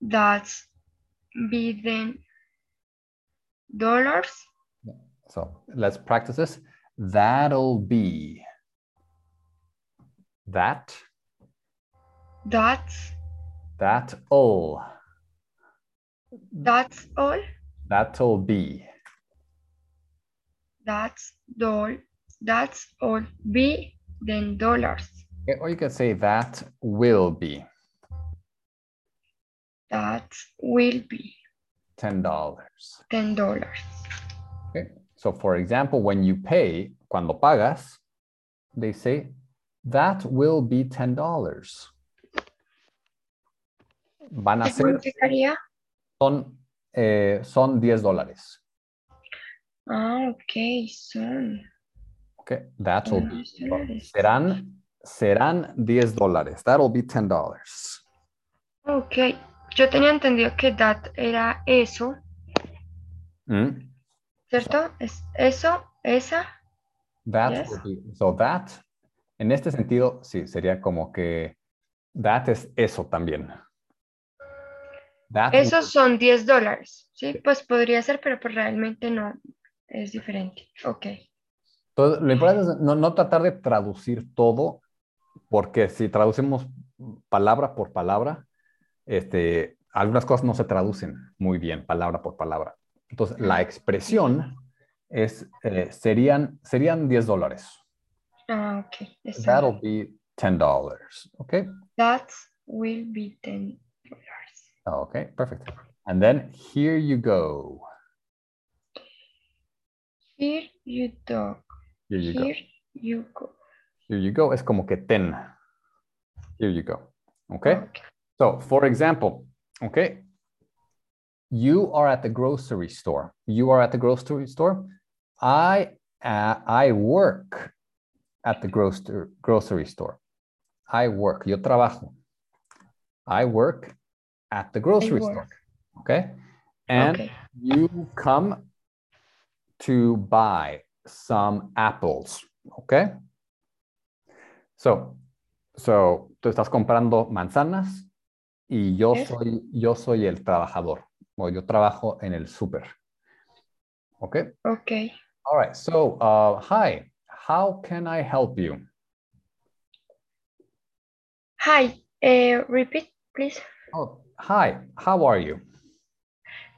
Speaker 2: That's been dollars.
Speaker 1: So let's practice this. That'll be. That,
Speaker 2: That's
Speaker 1: that'll,
Speaker 2: that's all.
Speaker 1: that'll be.
Speaker 2: That's doll. That's all. Be then dollars.
Speaker 1: Okay, Or you can say that will be
Speaker 2: That will be
Speaker 1: $10.
Speaker 2: ten dollars.
Speaker 1: So for example, when you pay, cuando pagas, they say, that will be $10. Van a
Speaker 2: ¿Qué
Speaker 1: ser,
Speaker 2: significaría?
Speaker 1: son, eh, son 10 dólares.
Speaker 2: Ah, ok, son.
Speaker 1: Okay, that'll be.
Speaker 2: unos dólares.
Speaker 1: Serán, serán 10 dólares. That'll be $10.
Speaker 2: Ok, yo tenía entendido que that era eso,
Speaker 1: Mm,
Speaker 2: ¿cierto? Es eso, esa,
Speaker 1: That
Speaker 2: Yes.
Speaker 1: would be- so that, en este sentido, sí, sería como que that es eso también. That
Speaker 2: esos son 10 dólares, ¿sí? Pues podría ser, pero pues realmente no, es diferente. Ok,
Speaker 1: Todo- lo importante es no, no tratar de traducir todo, porque si traducimos palabra por palabra, este, algunas cosas no se traducen muy bien, palabra por palabra. Entonces, la expresión es, eh, serían, serían 10 dólares.
Speaker 2: ah, ok, está
Speaker 1: That'll
Speaker 2: bien.
Speaker 1: be $10. Okay.
Speaker 2: That will be 10 dólares.
Speaker 1: Okay, perfect. And then here you go.
Speaker 2: Here you go,
Speaker 1: Here you go.
Speaker 2: here you go.
Speaker 1: Here you go. Es como que ten. Here you go. Okay.
Speaker 2: Ok.
Speaker 1: So, for example, okay, you are at the grocery store. You are at the grocery store. I uh, I work at the grocery grocery store. I work. Yo trabajo. I work at the grocery store. Okay. And
Speaker 2: okay.
Speaker 1: you come to buy some apples. Okay. So, so tú estás comprando manzanas y yo
Speaker 2: Yes.
Speaker 1: soy, yo soy el trabajador. O yo trabajo en el súper. Okay.
Speaker 2: Okay.
Speaker 1: All right. So, uh, hi. How can I help you?
Speaker 2: Hi. Uh, repeat, please.
Speaker 1: Oh, hi. How are you?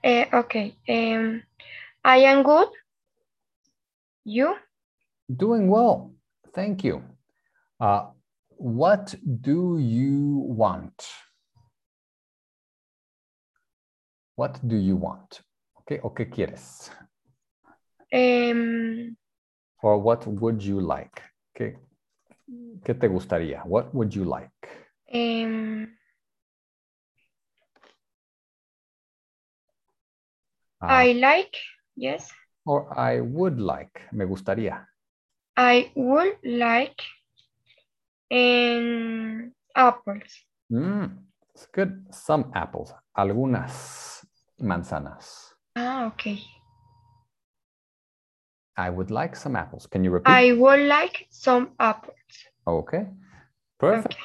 Speaker 2: Uh, okay. Um, I am good. You?
Speaker 1: Doing well. Thank you. Uh, what do you want? What do you want? Okay, o qué quieres?
Speaker 2: Um,
Speaker 1: Or what would you like? ¿Qué, ¿Qué te gustaría? What would you like?
Speaker 2: um,
Speaker 1: Ah,
Speaker 2: I like. Yes.
Speaker 1: Uh, or I would like. Me gustaría.
Speaker 2: I would like um, apples.
Speaker 1: Mm, it's good. Some apples. Algunas manzanas.
Speaker 2: Ah, okay.
Speaker 1: I would like some apples. Can you repeat?
Speaker 2: I would like some apples.
Speaker 1: Okay, perfect.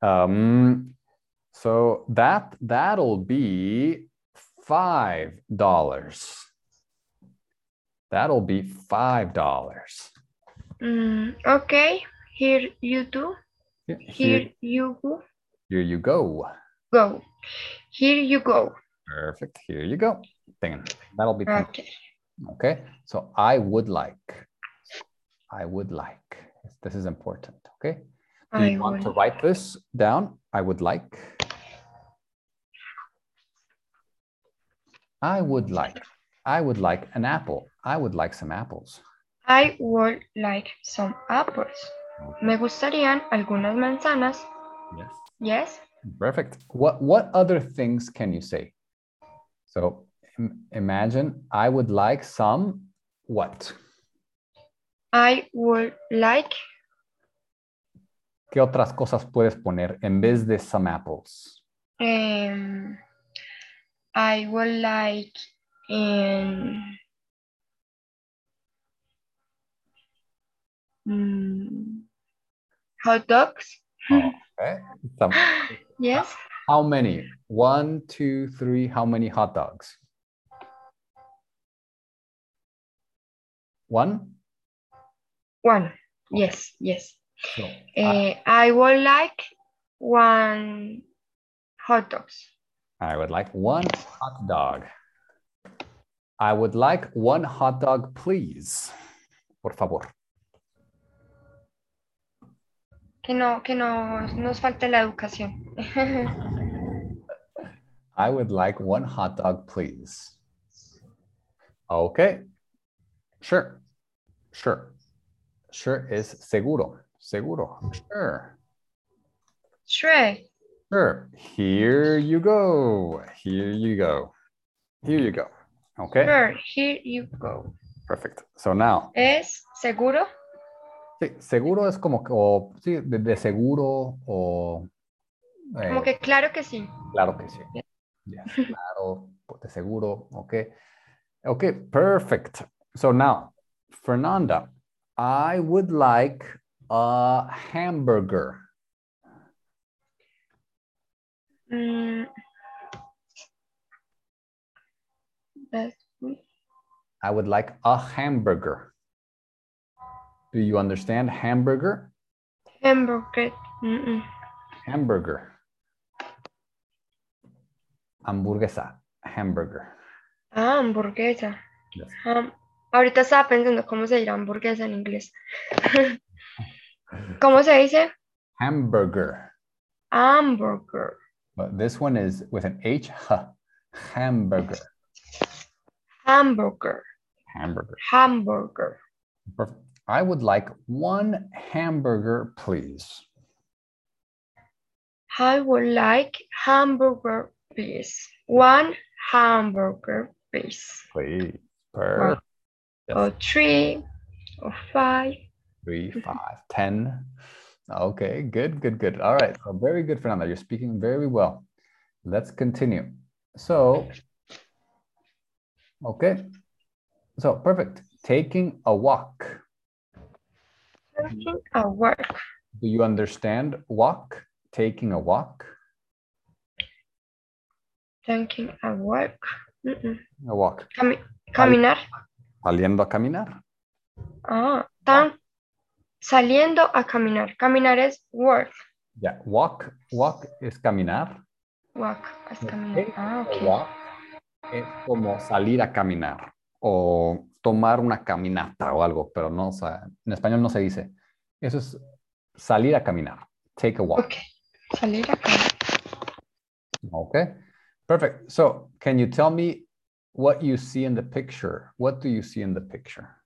Speaker 1: Um, so that that'll be five dollars. That'll be five dollars.
Speaker 2: Mm, okay. Here you do.
Speaker 1: Here,
Speaker 2: Here you go.
Speaker 1: here you go.
Speaker 2: Go. Here you go.
Speaker 1: Perfect. Here you go. Then that'll be ten.
Speaker 2: Okay.
Speaker 1: okay. So I would like. I would like. This is important. Okay. Do
Speaker 2: I
Speaker 1: you want to
Speaker 2: will.
Speaker 1: write this down? I would like. I would like. I would like an apple. I would like some apples.
Speaker 2: I would like some apples. Me gustarían algunas manzanas.
Speaker 1: Yes.
Speaker 2: Yes.
Speaker 1: Perfect. What what other things can you say? So im- imagine I would like some what?
Speaker 2: I would like
Speaker 1: ¿Qué otras cosas puedes poner en vez de some apples?
Speaker 2: um I would like um mm, hot dogs.
Speaker 1: Okay. Some-
Speaker 2: Yes.
Speaker 1: how many? One, two, three. How many hot dogs? One.
Speaker 2: One. Yes, yes.
Speaker 1: So, I,
Speaker 2: Eh, I would like one hot dogs.
Speaker 1: I would like one hot dog. I would like one hot dog, please. Por favor.
Speaker 2: Que no, que no nos falte la educación.
Speaker 1: I would like one hot dog, please. Okay. Sure. Sure. Sure is seguro. Seguro. Sure.
Speaker 2: Sure.
Speaker 1: Sure. Here you go. Here you go. Here you go. Okay.
Speaker 2: Sure. Here you go.
Speaker 1: Perfect. So now,
Speaker 2: ¿Es seguro?
Speaker 1: sí, seguro es como que, o sí, de, de seguro o. eh,
Speaker 2: Como que claro que sí.
Speaker 1: Claro que sí.
Speaker 2: Yes.
Speaker 1: Yes, claro, de seguro. Okay. Okay, perfect. So now, Fernanda, I would like a hamburger.
Speaker 2: Mm. That's good.
Speaker 1: I would like a hamburger. Do you understand hamburger?
Speaker 2: Hamburger. Mm-mm.
Speaker 1: Hamburger. Hamburguesa. Hamburger.
Speaker 2: Ah, hamburguesa.
Speaker 1: Yes.
Speaker 2: Ham- ahorita estaba pensando cómo se dirá hamburguesa en inglés. ¿Cómo se dice?
Speaker 1: Hamburger.
Speaker 2: Hamburger.
Speaker 1: But this one is with an H. huh, Hamburger.
Speaker 2: Hamburger.
Speaker 1: Hamburger.
Speaker 2: Hamburger.
Speaker 1: Perfect. I would like one hamburger, please.
Speaker 2: I would like hamburger, please. One hamburger, please.
Speaker 1: Please.
Speaker 2: Wow.
Speaker 1: Per Yes.
Speaker 2: Or three, or five.
Speaker 1: three, five, ten. Okay, good, good, good. All right, so very good, Fernanda. You're speaking very well. Let's continue. So, okay. So, perfect. Taking a walk.
Speaker 2: Taking a walk.
Speaker 1: Do you understand walk? Taking a walk?
Speaker 2: Taking a walk. Mm-mm.
Speaker 1: A walk.
Speaker 2: Cami caminar.
Speaker 1: Saliendo a caminar.
Speaker 2: Ah, tan saliendo a caminar. Caminar es walk.
Speaker 1: Yeah, walk. Walk es caminar.
Speaker 2: Walk es caminar.
Speaker 1: Okay.
Speaker 2: Ah, ok.
Speaker 1: Walk es como salir a caminar o tomar una caminata o algo, pero no, o sea, en español no se dice. Eso es salir a caminar. Take a walk.
Speaker 2: Ok. Salir a caminar.
Speaker 1: Okay, perfect. So, can you tell me what you see in the picture? What do you see in the picture?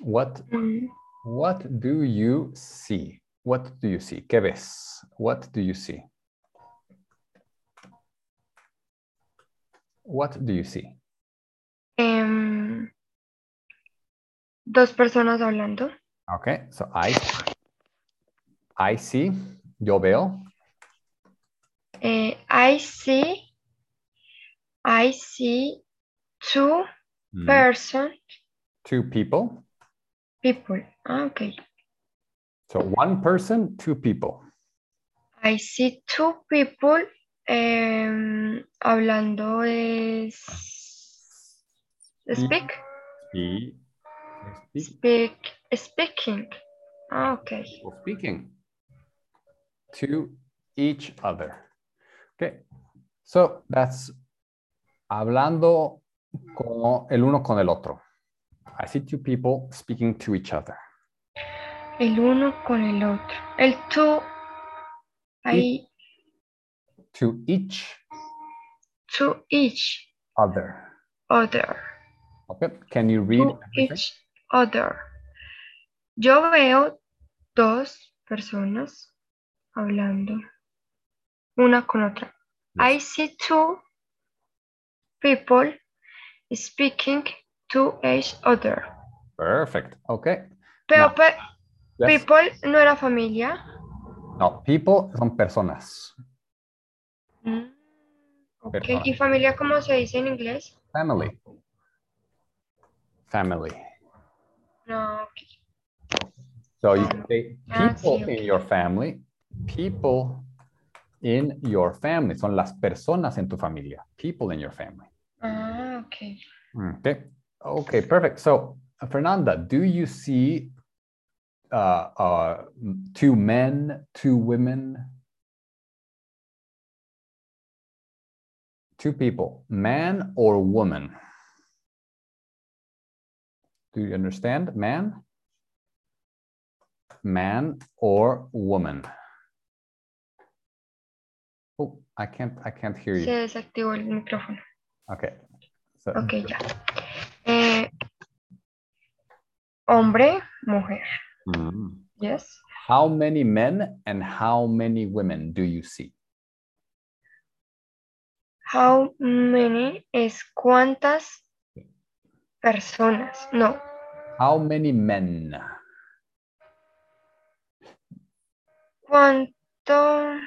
Speaker 1: What
Speaker 2: Mm,
Speaker 1: what do you see? What do you see? ¿Qué ves? What do you see? What do you see?
Speaker 2: em, dos personas hablando.
Speaker 1: Okay, so I I see, yo veo,
Speaker 2: Eh, I see, I see two
Speaker 1: mm,
Speaker 2: person
Speaker 1: two people.
Speaker 2: people. Ah, okay.
Speaker 1: So one person, two people.
Speaker 2: I see two people em, hablando es speak,
Speaker 1: Y speak-
Speaker 2: speak, speaking. Ah, okay.
Speaker 1: people speaking to each other. Okay, so that's hablando con el uno con el otro. I see two people speaking to each other.
Speaker 2: El uno con el otro. El two, I
Speaker 1: To each
Speaker 2: to each
Speaker 1: other.
Speaker 2: other.
Speaker 1: Okay, can you read?
Speaker 2: to
Speaker 1: everything?
Speaker 2: each other. Yo veo dos personas hablando una con otra. I see two people speaking to each other.
Speaker 1: Perfect. Okay.
Speaker 2: Pero
Speaker 1: No.
Speaker 2: pe-
Speaker 1: Yes.
Speaker 2: people no era familia.
Speaker 1: No, people son personas.
Speaker 2: Mm, ok.
Speaker 1: Personas.
Speaker 2: ¿Y familia cómo se dice en inglés?
Speaker 1: Family. Family.
Speaker 2: No. ok.
Speaker 1: So you can say
Speaker 2: Ah,
Speaker 1: people
Speaker 2: sí,
Speaker 1: in your family, people in your family. Son las personas en tu familia. People in your family.
Speaker 2: Ah, ok.
Speaker 1: Okay. Okay, perfect. So, uh, Fernanda, do you see uh, uh, m- two men, two women? Two people, man or woman? Do you understand? Man? Man or woman? Oh, I can't I can't hear
Speaker 2: Se
Speaker 1: you.
Speaker 2: desactivó el micrófono.
Speaker 1: Okay. So,
Speaker 2: Ok, ya. Eh, hombre, mujer.
Speaker 1: Mm.
Speaker 2: Yes.
Speaker 1: How many men and how many women do you see?
Speaker 2: How many es cuántas personas. No.
Speaker 1: How many men?
Speaker 2: ¿Cuánto?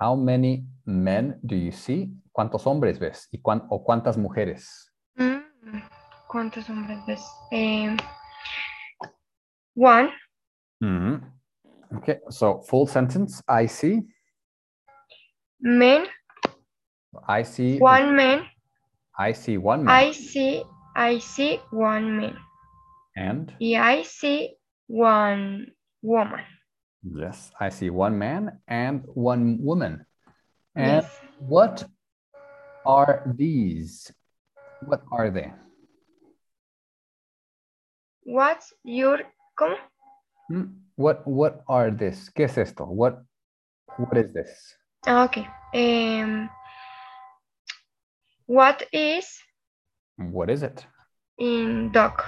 Speaker 1: How many men do you see? ¿Cuántos hombres ves? ¿Y cuán- o cuántas mujeres?
Speaker 2: Mm, ¿Cuántos hombres ves? Eh, one.
Speaker 1: Okay, so full sentence. I see.
Speaker 2: Men.
Speaker 1: I see.
Speaker 2: One man.
Speaker 1: I see one man.
Speaker 2: I see. I see one man.
Speaker 1: and
Speaker 2: Y I see one woman.
Speaker 1: yes, I see one man and one woman. And
Speaker 2: Yes.
Speaker 1: what are these? What are they?
Speaker 2: What's your. ¿Cómo?
Speaker 1: Mm, What what are this? ¿Qué es esto? What what is this?
Speaker 2: Ah, ok. Em, what is
Speaker 1: What is it?
Speaker 2: in dog?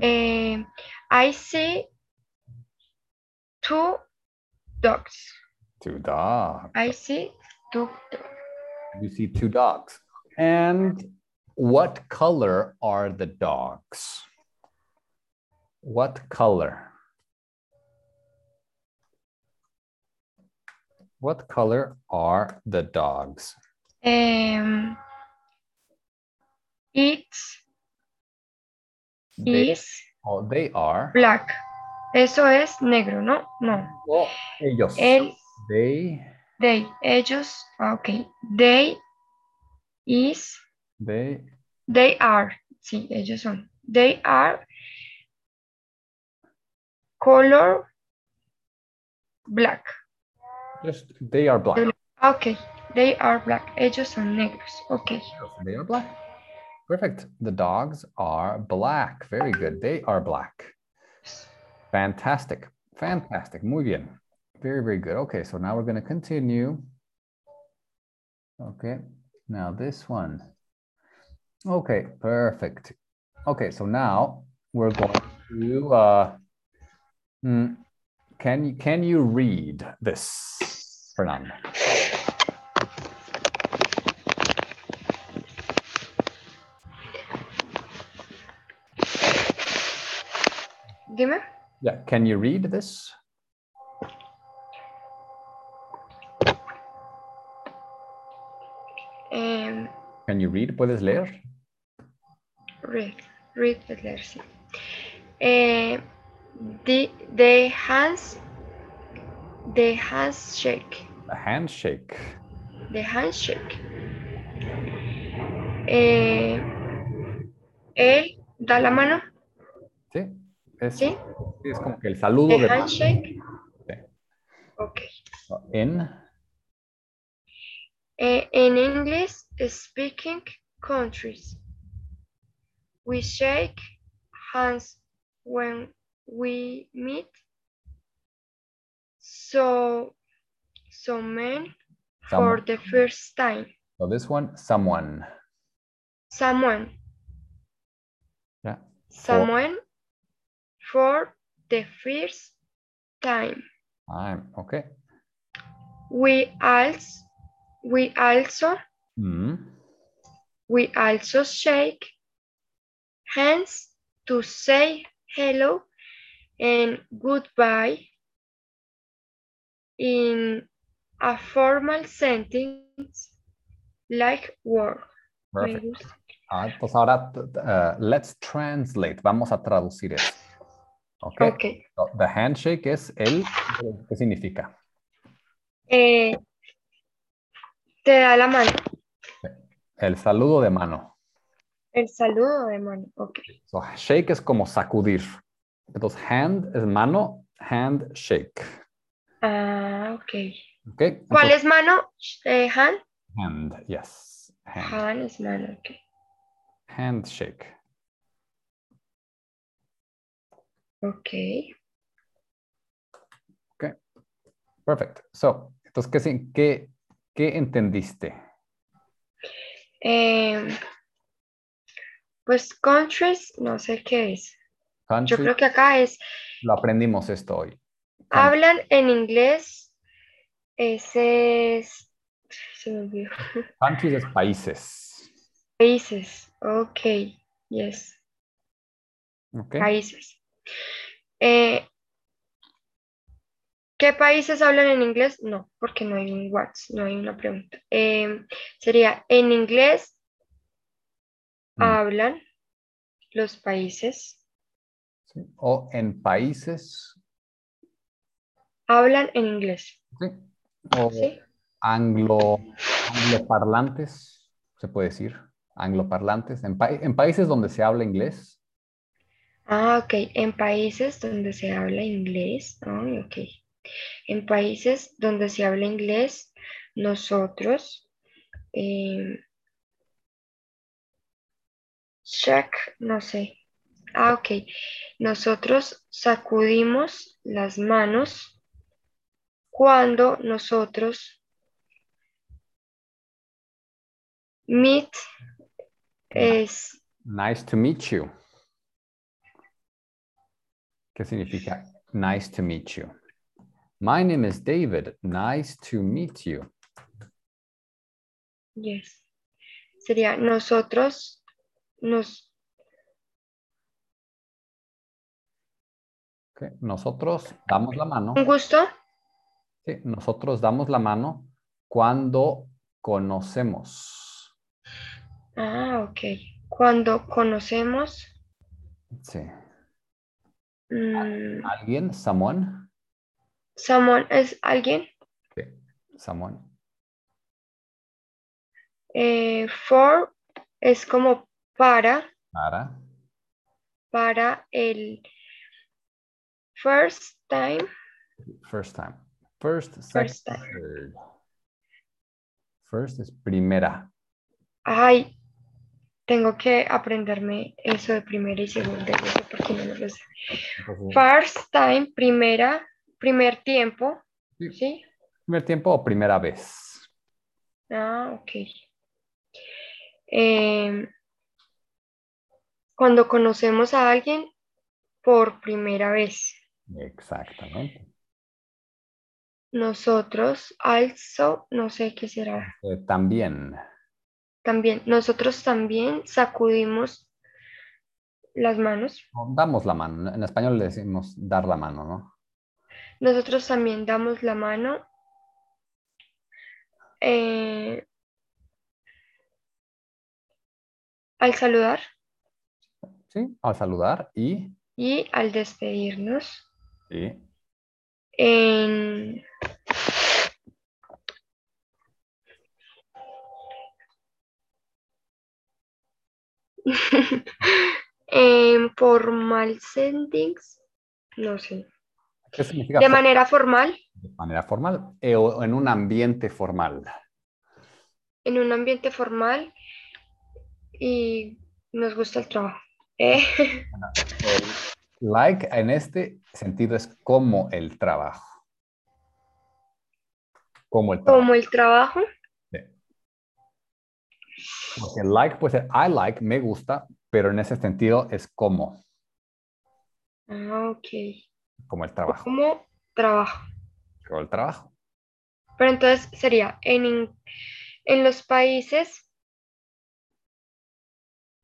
Speaker 2: Eh, I see two dogs.
Speaker 1: Two dogs.
Speaker 2: I see two dogs.
Speaker 1: You see two dogs. And What color are the dogs? What color? What color are the dogs?
Speaker 2: Um, it's
Speaker 1: They,
Speaker 2: is
Speaker 1: oh, they are.
Speaker 2: black. Eso es negro, ¿no? No.
Speaker 1: Well, ellos.
Speaker 2: El,
Speaker 1: They,
Speaker 2: they, ellos, ah, ok. They is,
Speaker 1: they,
Speaker 2: they are. Sí, ellos son. They are color black. Ah,
Speaker 1: just they are black.
Speaker 2: Ok, they are black. Ellos son negros. Ok.
Speaker 1: They are black. Perfect. The dogs are black. Very good. They are black. Fantastic. Fantastic. Muy bien. Very, very good. Okay, so now we're going to continue. Okay, now this one. Okay, perfect. Okay, so now we're going to. Uh, mm, can you can you read this, Fernando?
Speaker 2: Dime.
Speaker 1: Yeah, can you read this?
Speaker 2: em,
Speaker 1: Can you read? Puedes leer?
Speaker 2: read, read the letters. Eh, the, the hands, the handshake,
Speaker 1: A handshake.
Speaker 2: the handshake. Eh, él da la mano,
Speaker 1: Sí. Es,
Speaker 2: ¿sí?
Speaker 1: es como que el saludo
Speaker 2: The
Speaker 1: de
Speaker 2: handshake.
Speaker 1: Sí.
Speaker 2: Ok.
Speaker 1: en
Speaker 2: Eh, in English speaking countries, we shake hands when we meet. So, so men for
Speaker 1: someone.
Speaker 2: the first time.
Speaker 1: So this one, someone.
Speaker 2: Someone.
Speaker 1: Yeah,
Speaker 2: Someone for the first time.
Speaker 1: I'm okay.
Speaker 2: We also, we also,
Speaker 1: Mm.
Speaker 2: we also shake hands to say hello and goodbye in a formal sentence like word. Me
Speaker 1: Perfect.
Speaker 2: gusta.
Speaker 1: Ah, pues ahora t- t- uh, let's translate. Vamos a traducir eso. Okay.
Speaker 2: Okay.
Speaker 1: So the handshake es el. ¿Qué significa?
Speaker 2: Eh, te da la mano,
Speaker 1: El saludo de mano.
Speaker 2: el saludo de mano. Ok.
Speaker 1: So shake es como sacudir. Entonces hand es mano, handshake.
Speaker 2: Ah, ok.
Speaker 1: Okay.
Speaker 2: ¿Cuál
Speaker 1: Entonces,
Speaker 2: es mano? Eh, hand.
Speaker 1: Hand. Yes. Hand.
Speaker 2: Hand es mano, ok.
Speaker 1: Handshake.
Speaker 2: Ok.
Speaker 1: Perfect. So, entonces, ¿qué, sin- qué, qué entendiste?
Speaker 2: Em, pues countries, no sé qué es. Yo
Speaker 1: Country,
Speaker 2: creo que acá es,
Speaker 1: lo aprendimos esto hoy. Country.
Speaker 2: hablan en inglés, ese es, se me olvidó.
Speaker 1: Countries es países.
Speaker 2: Países, ok, yes.
Speaker 1: ¿ok?
Speaker 2: países. Eh, ¿Qué países hablan en inglés? No, porque no hay un what's, no hay una pregunta. Eh, sería, ¿en inglés
Speaker 1: Mm.
Speaker 2: hablan los países?
Speaker 1: Sí. O en países.
Speaker 2: Hablan en inglés,
Speaker 1: ¿sí? O
Speaker 2: ¿sí?
Speaker 1: anglo, angloparlantes, se puede decir. Angloparlantes. En, pa- en países donde se habla inglés.
Speaker 2: Ah, ok, en países donde se habla inglés. Ay, ok. En países donde se habla inglés, nosotros... em, Shaq, no sé. Ah, ok. Nosotros sacudimos las manos cuando nosotros meet es
Speaker 1: Nice to meet you. ¿Qué significa nice to meet you? My name is David. Nice to meet you.
Speaker 2: Yes. Sería nosotros Nos,
Speaker 1: Ok, Nosotros damos la mano.
Speaker 2: un gusto.
Speaker 1: Sí, nosotros damos la mano cuando conocemos.
Speaker 2: Ah, ok. Cuando conocemos
Speaker 1: Sí.
Speaker 2: mm,
Speaker 1: ¿Alguien? ¿Someone?
Speaker 2: someone es alguien
Speaker 1: ¿Someone?
Speaker 2: eh, for es como para
Speaker 1: Para.
Speaker 2: para el first time
Speaker 1: First time. First, second,
Speaker 2: First time.
Speaker 1: third. First es primera.
Speaker 2: ay tengo que aprenderme eso de primera y segunda no sé por qué no me lo sé.
Speaker 1: Entonces,
Speaker 2: first time primera primer tiempo
Speaker 1: Sí.
Speaker 2: sí
Speaker 1: ¿Primer tiempo o primera vez?
Speaker 2: Ah, ok. Em, cuando conocemos a alguien por primera vez,
Speaker 1: Exactamente.
Speaker 2: nosotros also, no sé qué será,
Speaker 1: Eh, también.
Speaker 2: también, nosotros también sacudimos las manos,
Speaker 1: o Damos la mano. En español le decimos dar la mano, ¿no?
Speaker 2: nosotros también damos la mano. eh, al saludar
Speaker 1: Sí. Al saludar y...
Speaker 2: y al despedirnos.
Speaker 1: y
Speaker 2: en en formal sendings no sé
Speaker 1: ¿Qué significa?
Speaker 2: de manera formal
Speaker 1: de manera formal eh, o en un ambiente formal.
Speaker 2: en un ambiente formal y nos gusta el trabajo Eh,
Speaker 1: Like en este sentido es como el trabajo. Como el trabajo.
Speaker 2: como el trabajo
Speaker 1: Porque pues, like puede ser I like, me gusta, pero en ese sentido es como,
Speaker 2: ah, ok
Speaker 1: como el trabajo.
Speaker 2: como trabajo
Speaker 1: Como el trabajo.
Speaker 2: pero entonces sería en in- en los países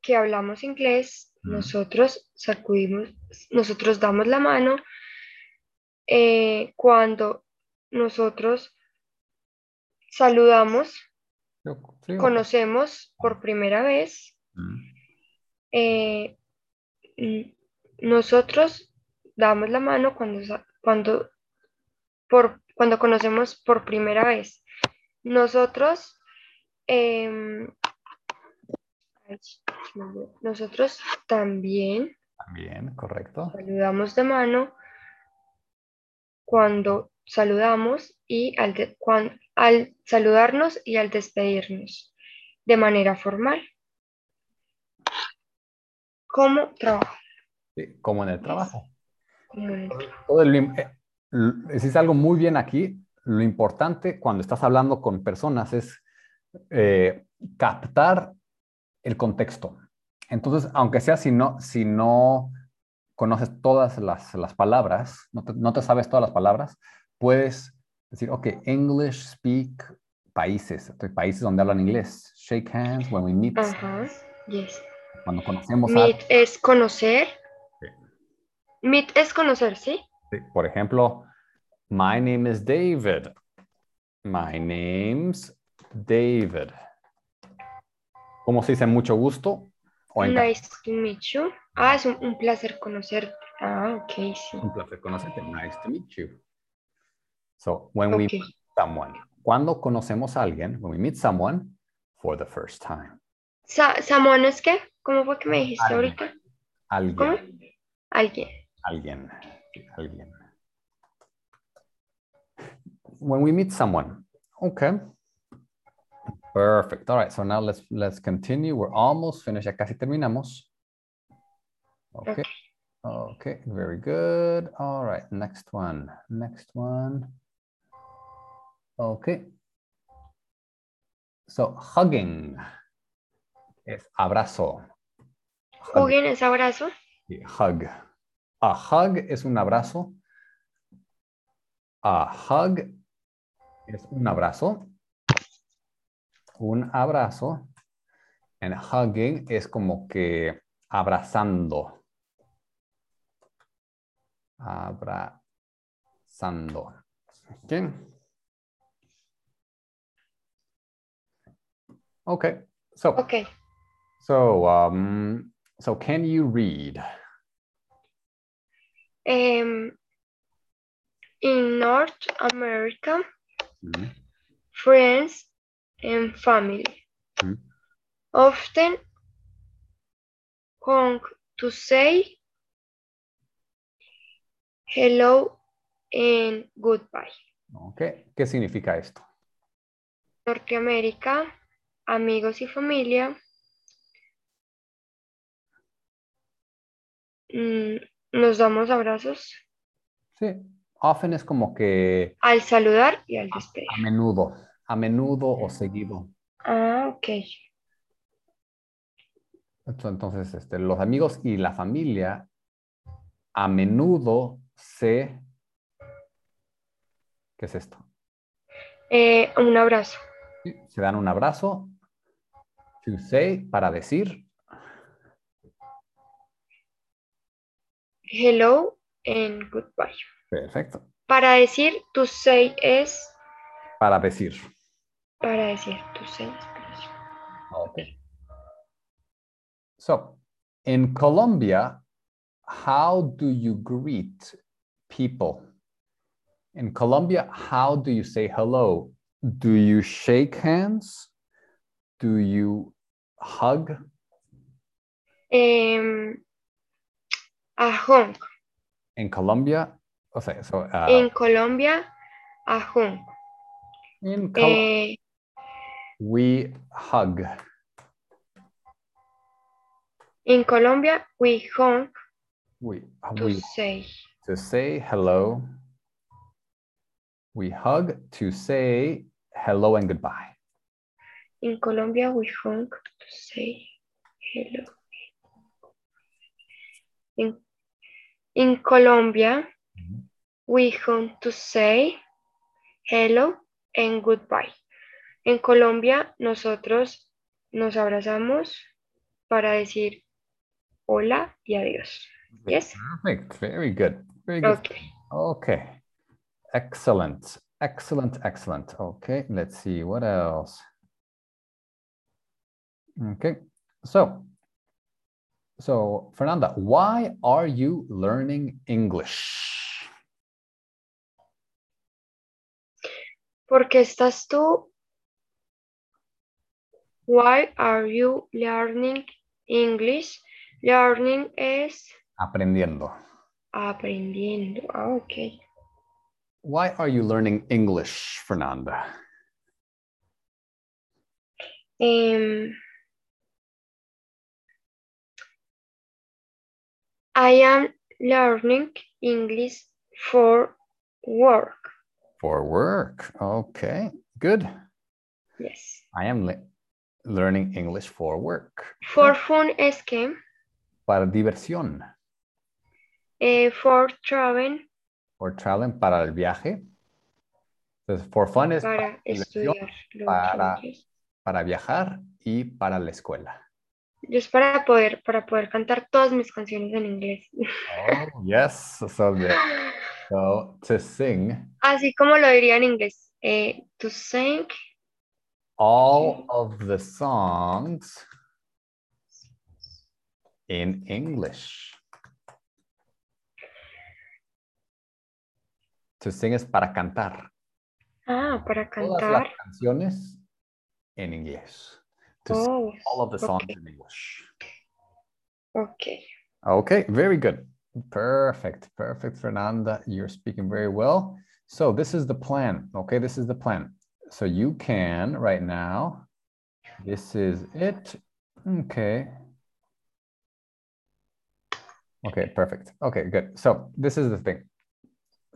Speaker 2: que hablamos inglés,
Speaker 1: Ujú.
Speaker 2: nosotros sacudimos, nosotros damos la mano eh, cuando nosotros saludamos,
Speaker 1: Yo- sí, ok.
Speaker 2: conocemos por primera vez,
Speaker 1: Mm,
Speaker 2: eh, mm, nosotros damos la mano cuando, sa- cuando, por, cuando conocemos por primera vez. Nosotros, em, ay, se me olvidó. nosotros también
Speaker 1: También, correcto.
Speaker 2: saludamos de mano cuando saludamos y al, de- cuan- al saludarnos y al despedirnos de manera formal. Como trabajo.
Speaker 1: Sí, como en el trabajo.
Speaker 2: como en el trabajo.
Speaker 1: todo el im- eh, l- hiciste algo muy bien aquí. Lo importante cuando estás hablando con personas es eh, captar el contexto. Entonces, aunque sea si no, si no conoces todas las, las palabras, no te, no te sabes todas las palabras, puedes decir, ok, English speak países, entonces, países donde hablan inglés. Shake hands when we meet,
Speaker 2: Ajá, yes.
Speaker 1: cuando conocemos a...
Speaker 2: Ah, Meet es conocer.
Speaker 1: Sí.
Speaker 2: Meet es conocer, ¿sí?
Speaker 1: Sí, Por ejemplo, my name is David. My name's David. ¿Cómo se dice mucho gusto? O en
Speaker 2: Nice to meet you. Ah, es un, un placer conocerte. Ah, ok, sí.
Speaker 1: un placer conocerte. Nice to meet you. So, when we
Speaker 2: Ok.
Speaker 1: meet someone, cuando conocemos a alguien, when we meet someone for the first time.
Speaker 2: Sa- ¿Samuel es qué? ¿Cómo fue que me dijiste
Speaker 1: Alguien.
Speaker 2: ahorita?
Speaker 1: Alguien,
Speaker 2: ¿Cómo? Alguien.
Speaker 1: alguien, sí, alguien. When we meet someone. Okay. Perfect. All right. So now let's let's continue. We're almost finished. Ya casi terminamos. Okay. Okay. Very good. All right. Next one. Next one. Okay. So hugging es abrazo. Hugging.
Speaker 2: Juguen ese abrazo.
Speaker 1: Sí, Hug. A hug es un abrazo. A hug es un abrazo. Un abrazo. And hugging es como que abrazando. Abrazando. Okay. Okay. So,
Speaker 2: Okay.
Speaker 1: so, um, so can you read?
Speaker 2: Um, in North America,
Speaker 1: Hmm.
Speaker 2: friends and family
Speaker 1: Mm.
Speaker 2: often come to say hello and goodbye.
Speaker 1: Okay. ¿Qué significa esto?
Speaker 2: Norteamérica, amigos y familia. Mm, Nos damos abrazos
Speaker 1: Sí. Often es como que
Speaker 2: al saludar y al despedir.
Speaker 1: a menudo, a menudo o seguido.
Speaker 2: Ah, ok.
Speaker 1: Esto, Entonces, este, los amigos y la familia a menudo se... ¿Qué es esto?
Speaker 2: Eh, un abrazo.
Speaker 1: Sí, Se dan un abrazo. To say, para decir.
Speaker 2: Hello and goodbye.
Speaker 1: Perfecto.
Speaker 2: Para decir to say es
Speaker 1: Para decir.
Speaker 2: para decir to say es para decir.
Speaker 1: Ok. So, in Colombia, how do you greet people? In Colombia, how do you say hello? Do you shake hands? Do you hug?
Speaker 2: Em, a honk.
Speaker 1: In Colombia, o sea, so, uh,
Speaker 2: En Colombia, a honk.
Speaker 1: in Col-
Speaker 2: Eh,
Speaker 1: we hug.
Speaker 2: en Colombia, we honk
Speaker 1: We,
Speaker 2: to
Speaker 1: we
Speaker 2: say.
Speaker 1: to say hello. We hug to say hello and goodbye.
Speaker 2: En Colombia, we honk to say hello. En, en Colombia,
Speaker 1: Ujú.
Speaker 2: we honk to say hello and goodbye. En Colombia, nosotros nos abrazamos para decir hola y adiós. Yes?
Speaker 1: Perfect. Very good. Very good.
Speaker 2: Okay.
Speaker 1: Okay. Excellent. Excellent. Excellent. Okay. Let's see what else. Okay. So, so Fernanda, why are you learning English?
Speaker 2: Porque estás tú? Why are you learning English? Learning es
Speaker 1: Aprendiendo.
Speaker 2: aprendiendo. Ah, ok.
Speaker 1: Why are you learning English, Fernanda?
Speaker 2: Em, I am learning English for work.
Speaker 1: For work. Okay. Good.
Speaker 2: Yes.
Speaker 1: I am le- learning English for work.
Speaker 2: For fun es que
Speaker 1: Para diversión.
Speaker 2: eh, for travel
Speaker 1: for traveling para el viaje. Entonces, for fun es para,
Speaker 2: para
Speaker 1: diversión,
Speaker 2: estudiar. lo
Speaker 1: para-
Speaker 2: otro es-
Speaker 1: viajar y para la escuela.
Speaker 2: Yo es para poder, para poder cantar todas mis canciones en inglés.
Speaker 1: Oh, yes. So, the- so to sing
Speaker 2: Así como lo diría en inglés. eh, to sing
Speaker 1: all of the songs in English. To sing es para cantar.
Speaker 2: ah, para
Speaker 1: Todas las
Speaker 2: cantar.
Speaker 1: canciones en inglés. To sing
Speaker 2: Oh,
Speaker 1: all of the songs
Speaker 2: ok.
Speaker 1: in English.
Speaker 2: ok.
Speaker 1: Okay, very good. Perfect, perfect, Fernanda. You're speaking very well. So, this is the plan. Okay, this is the plan. So, you can right now. This is it. Okay. Okay, perfect. Okay, good. So, this is the thing.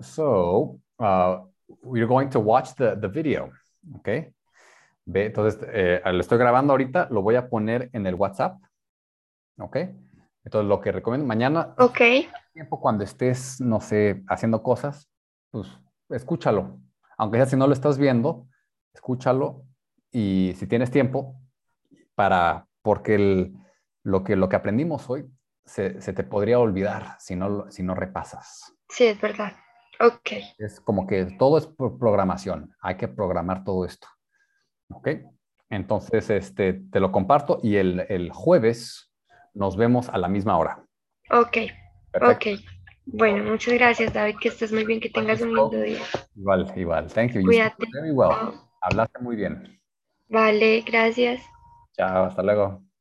Speaker 1: So, uh, we're going to watch the, the video. Okay. Ve, entonces, eh, lo estoy grabando ahorita. Lo voy a poner en el WhatsApp. Ok. Entonces, lo que recomiendo mañana,
Speaker 2: Ok.
Speaker 1: tiempo cuando estés, no sé, haciendo cosas, pues escúchalo. Aunque sea si no lo estás viendo, escúchalo y si tienes tiempo para porque el, lo, que, lo que aprendimos hoy se, se, te podría olvidar si no, si no repasas.
Speaker 2: Sí, es verdad. Ok.
Speaker 1: Es como que todo es por programación, hay que programar todo esto. Ok, entonces este, te lo comparto y el, el jueves nos vemos a la misma hora.
Speaker 2: Ok,
Speaker 1: Perfecto.
Speaker 2: ok. Bueno, muchas gracias, David. Que estés muy bien, que tengas un lindo día.
Speaker 1: Igual, igual. Thank you. You
Speaker 2: Cuídate.
Speaker 1: spoke very well. Hablaste muy bien.
Speaker 2: Vale, gracias.
Speaker 1: Chao, hasta luego.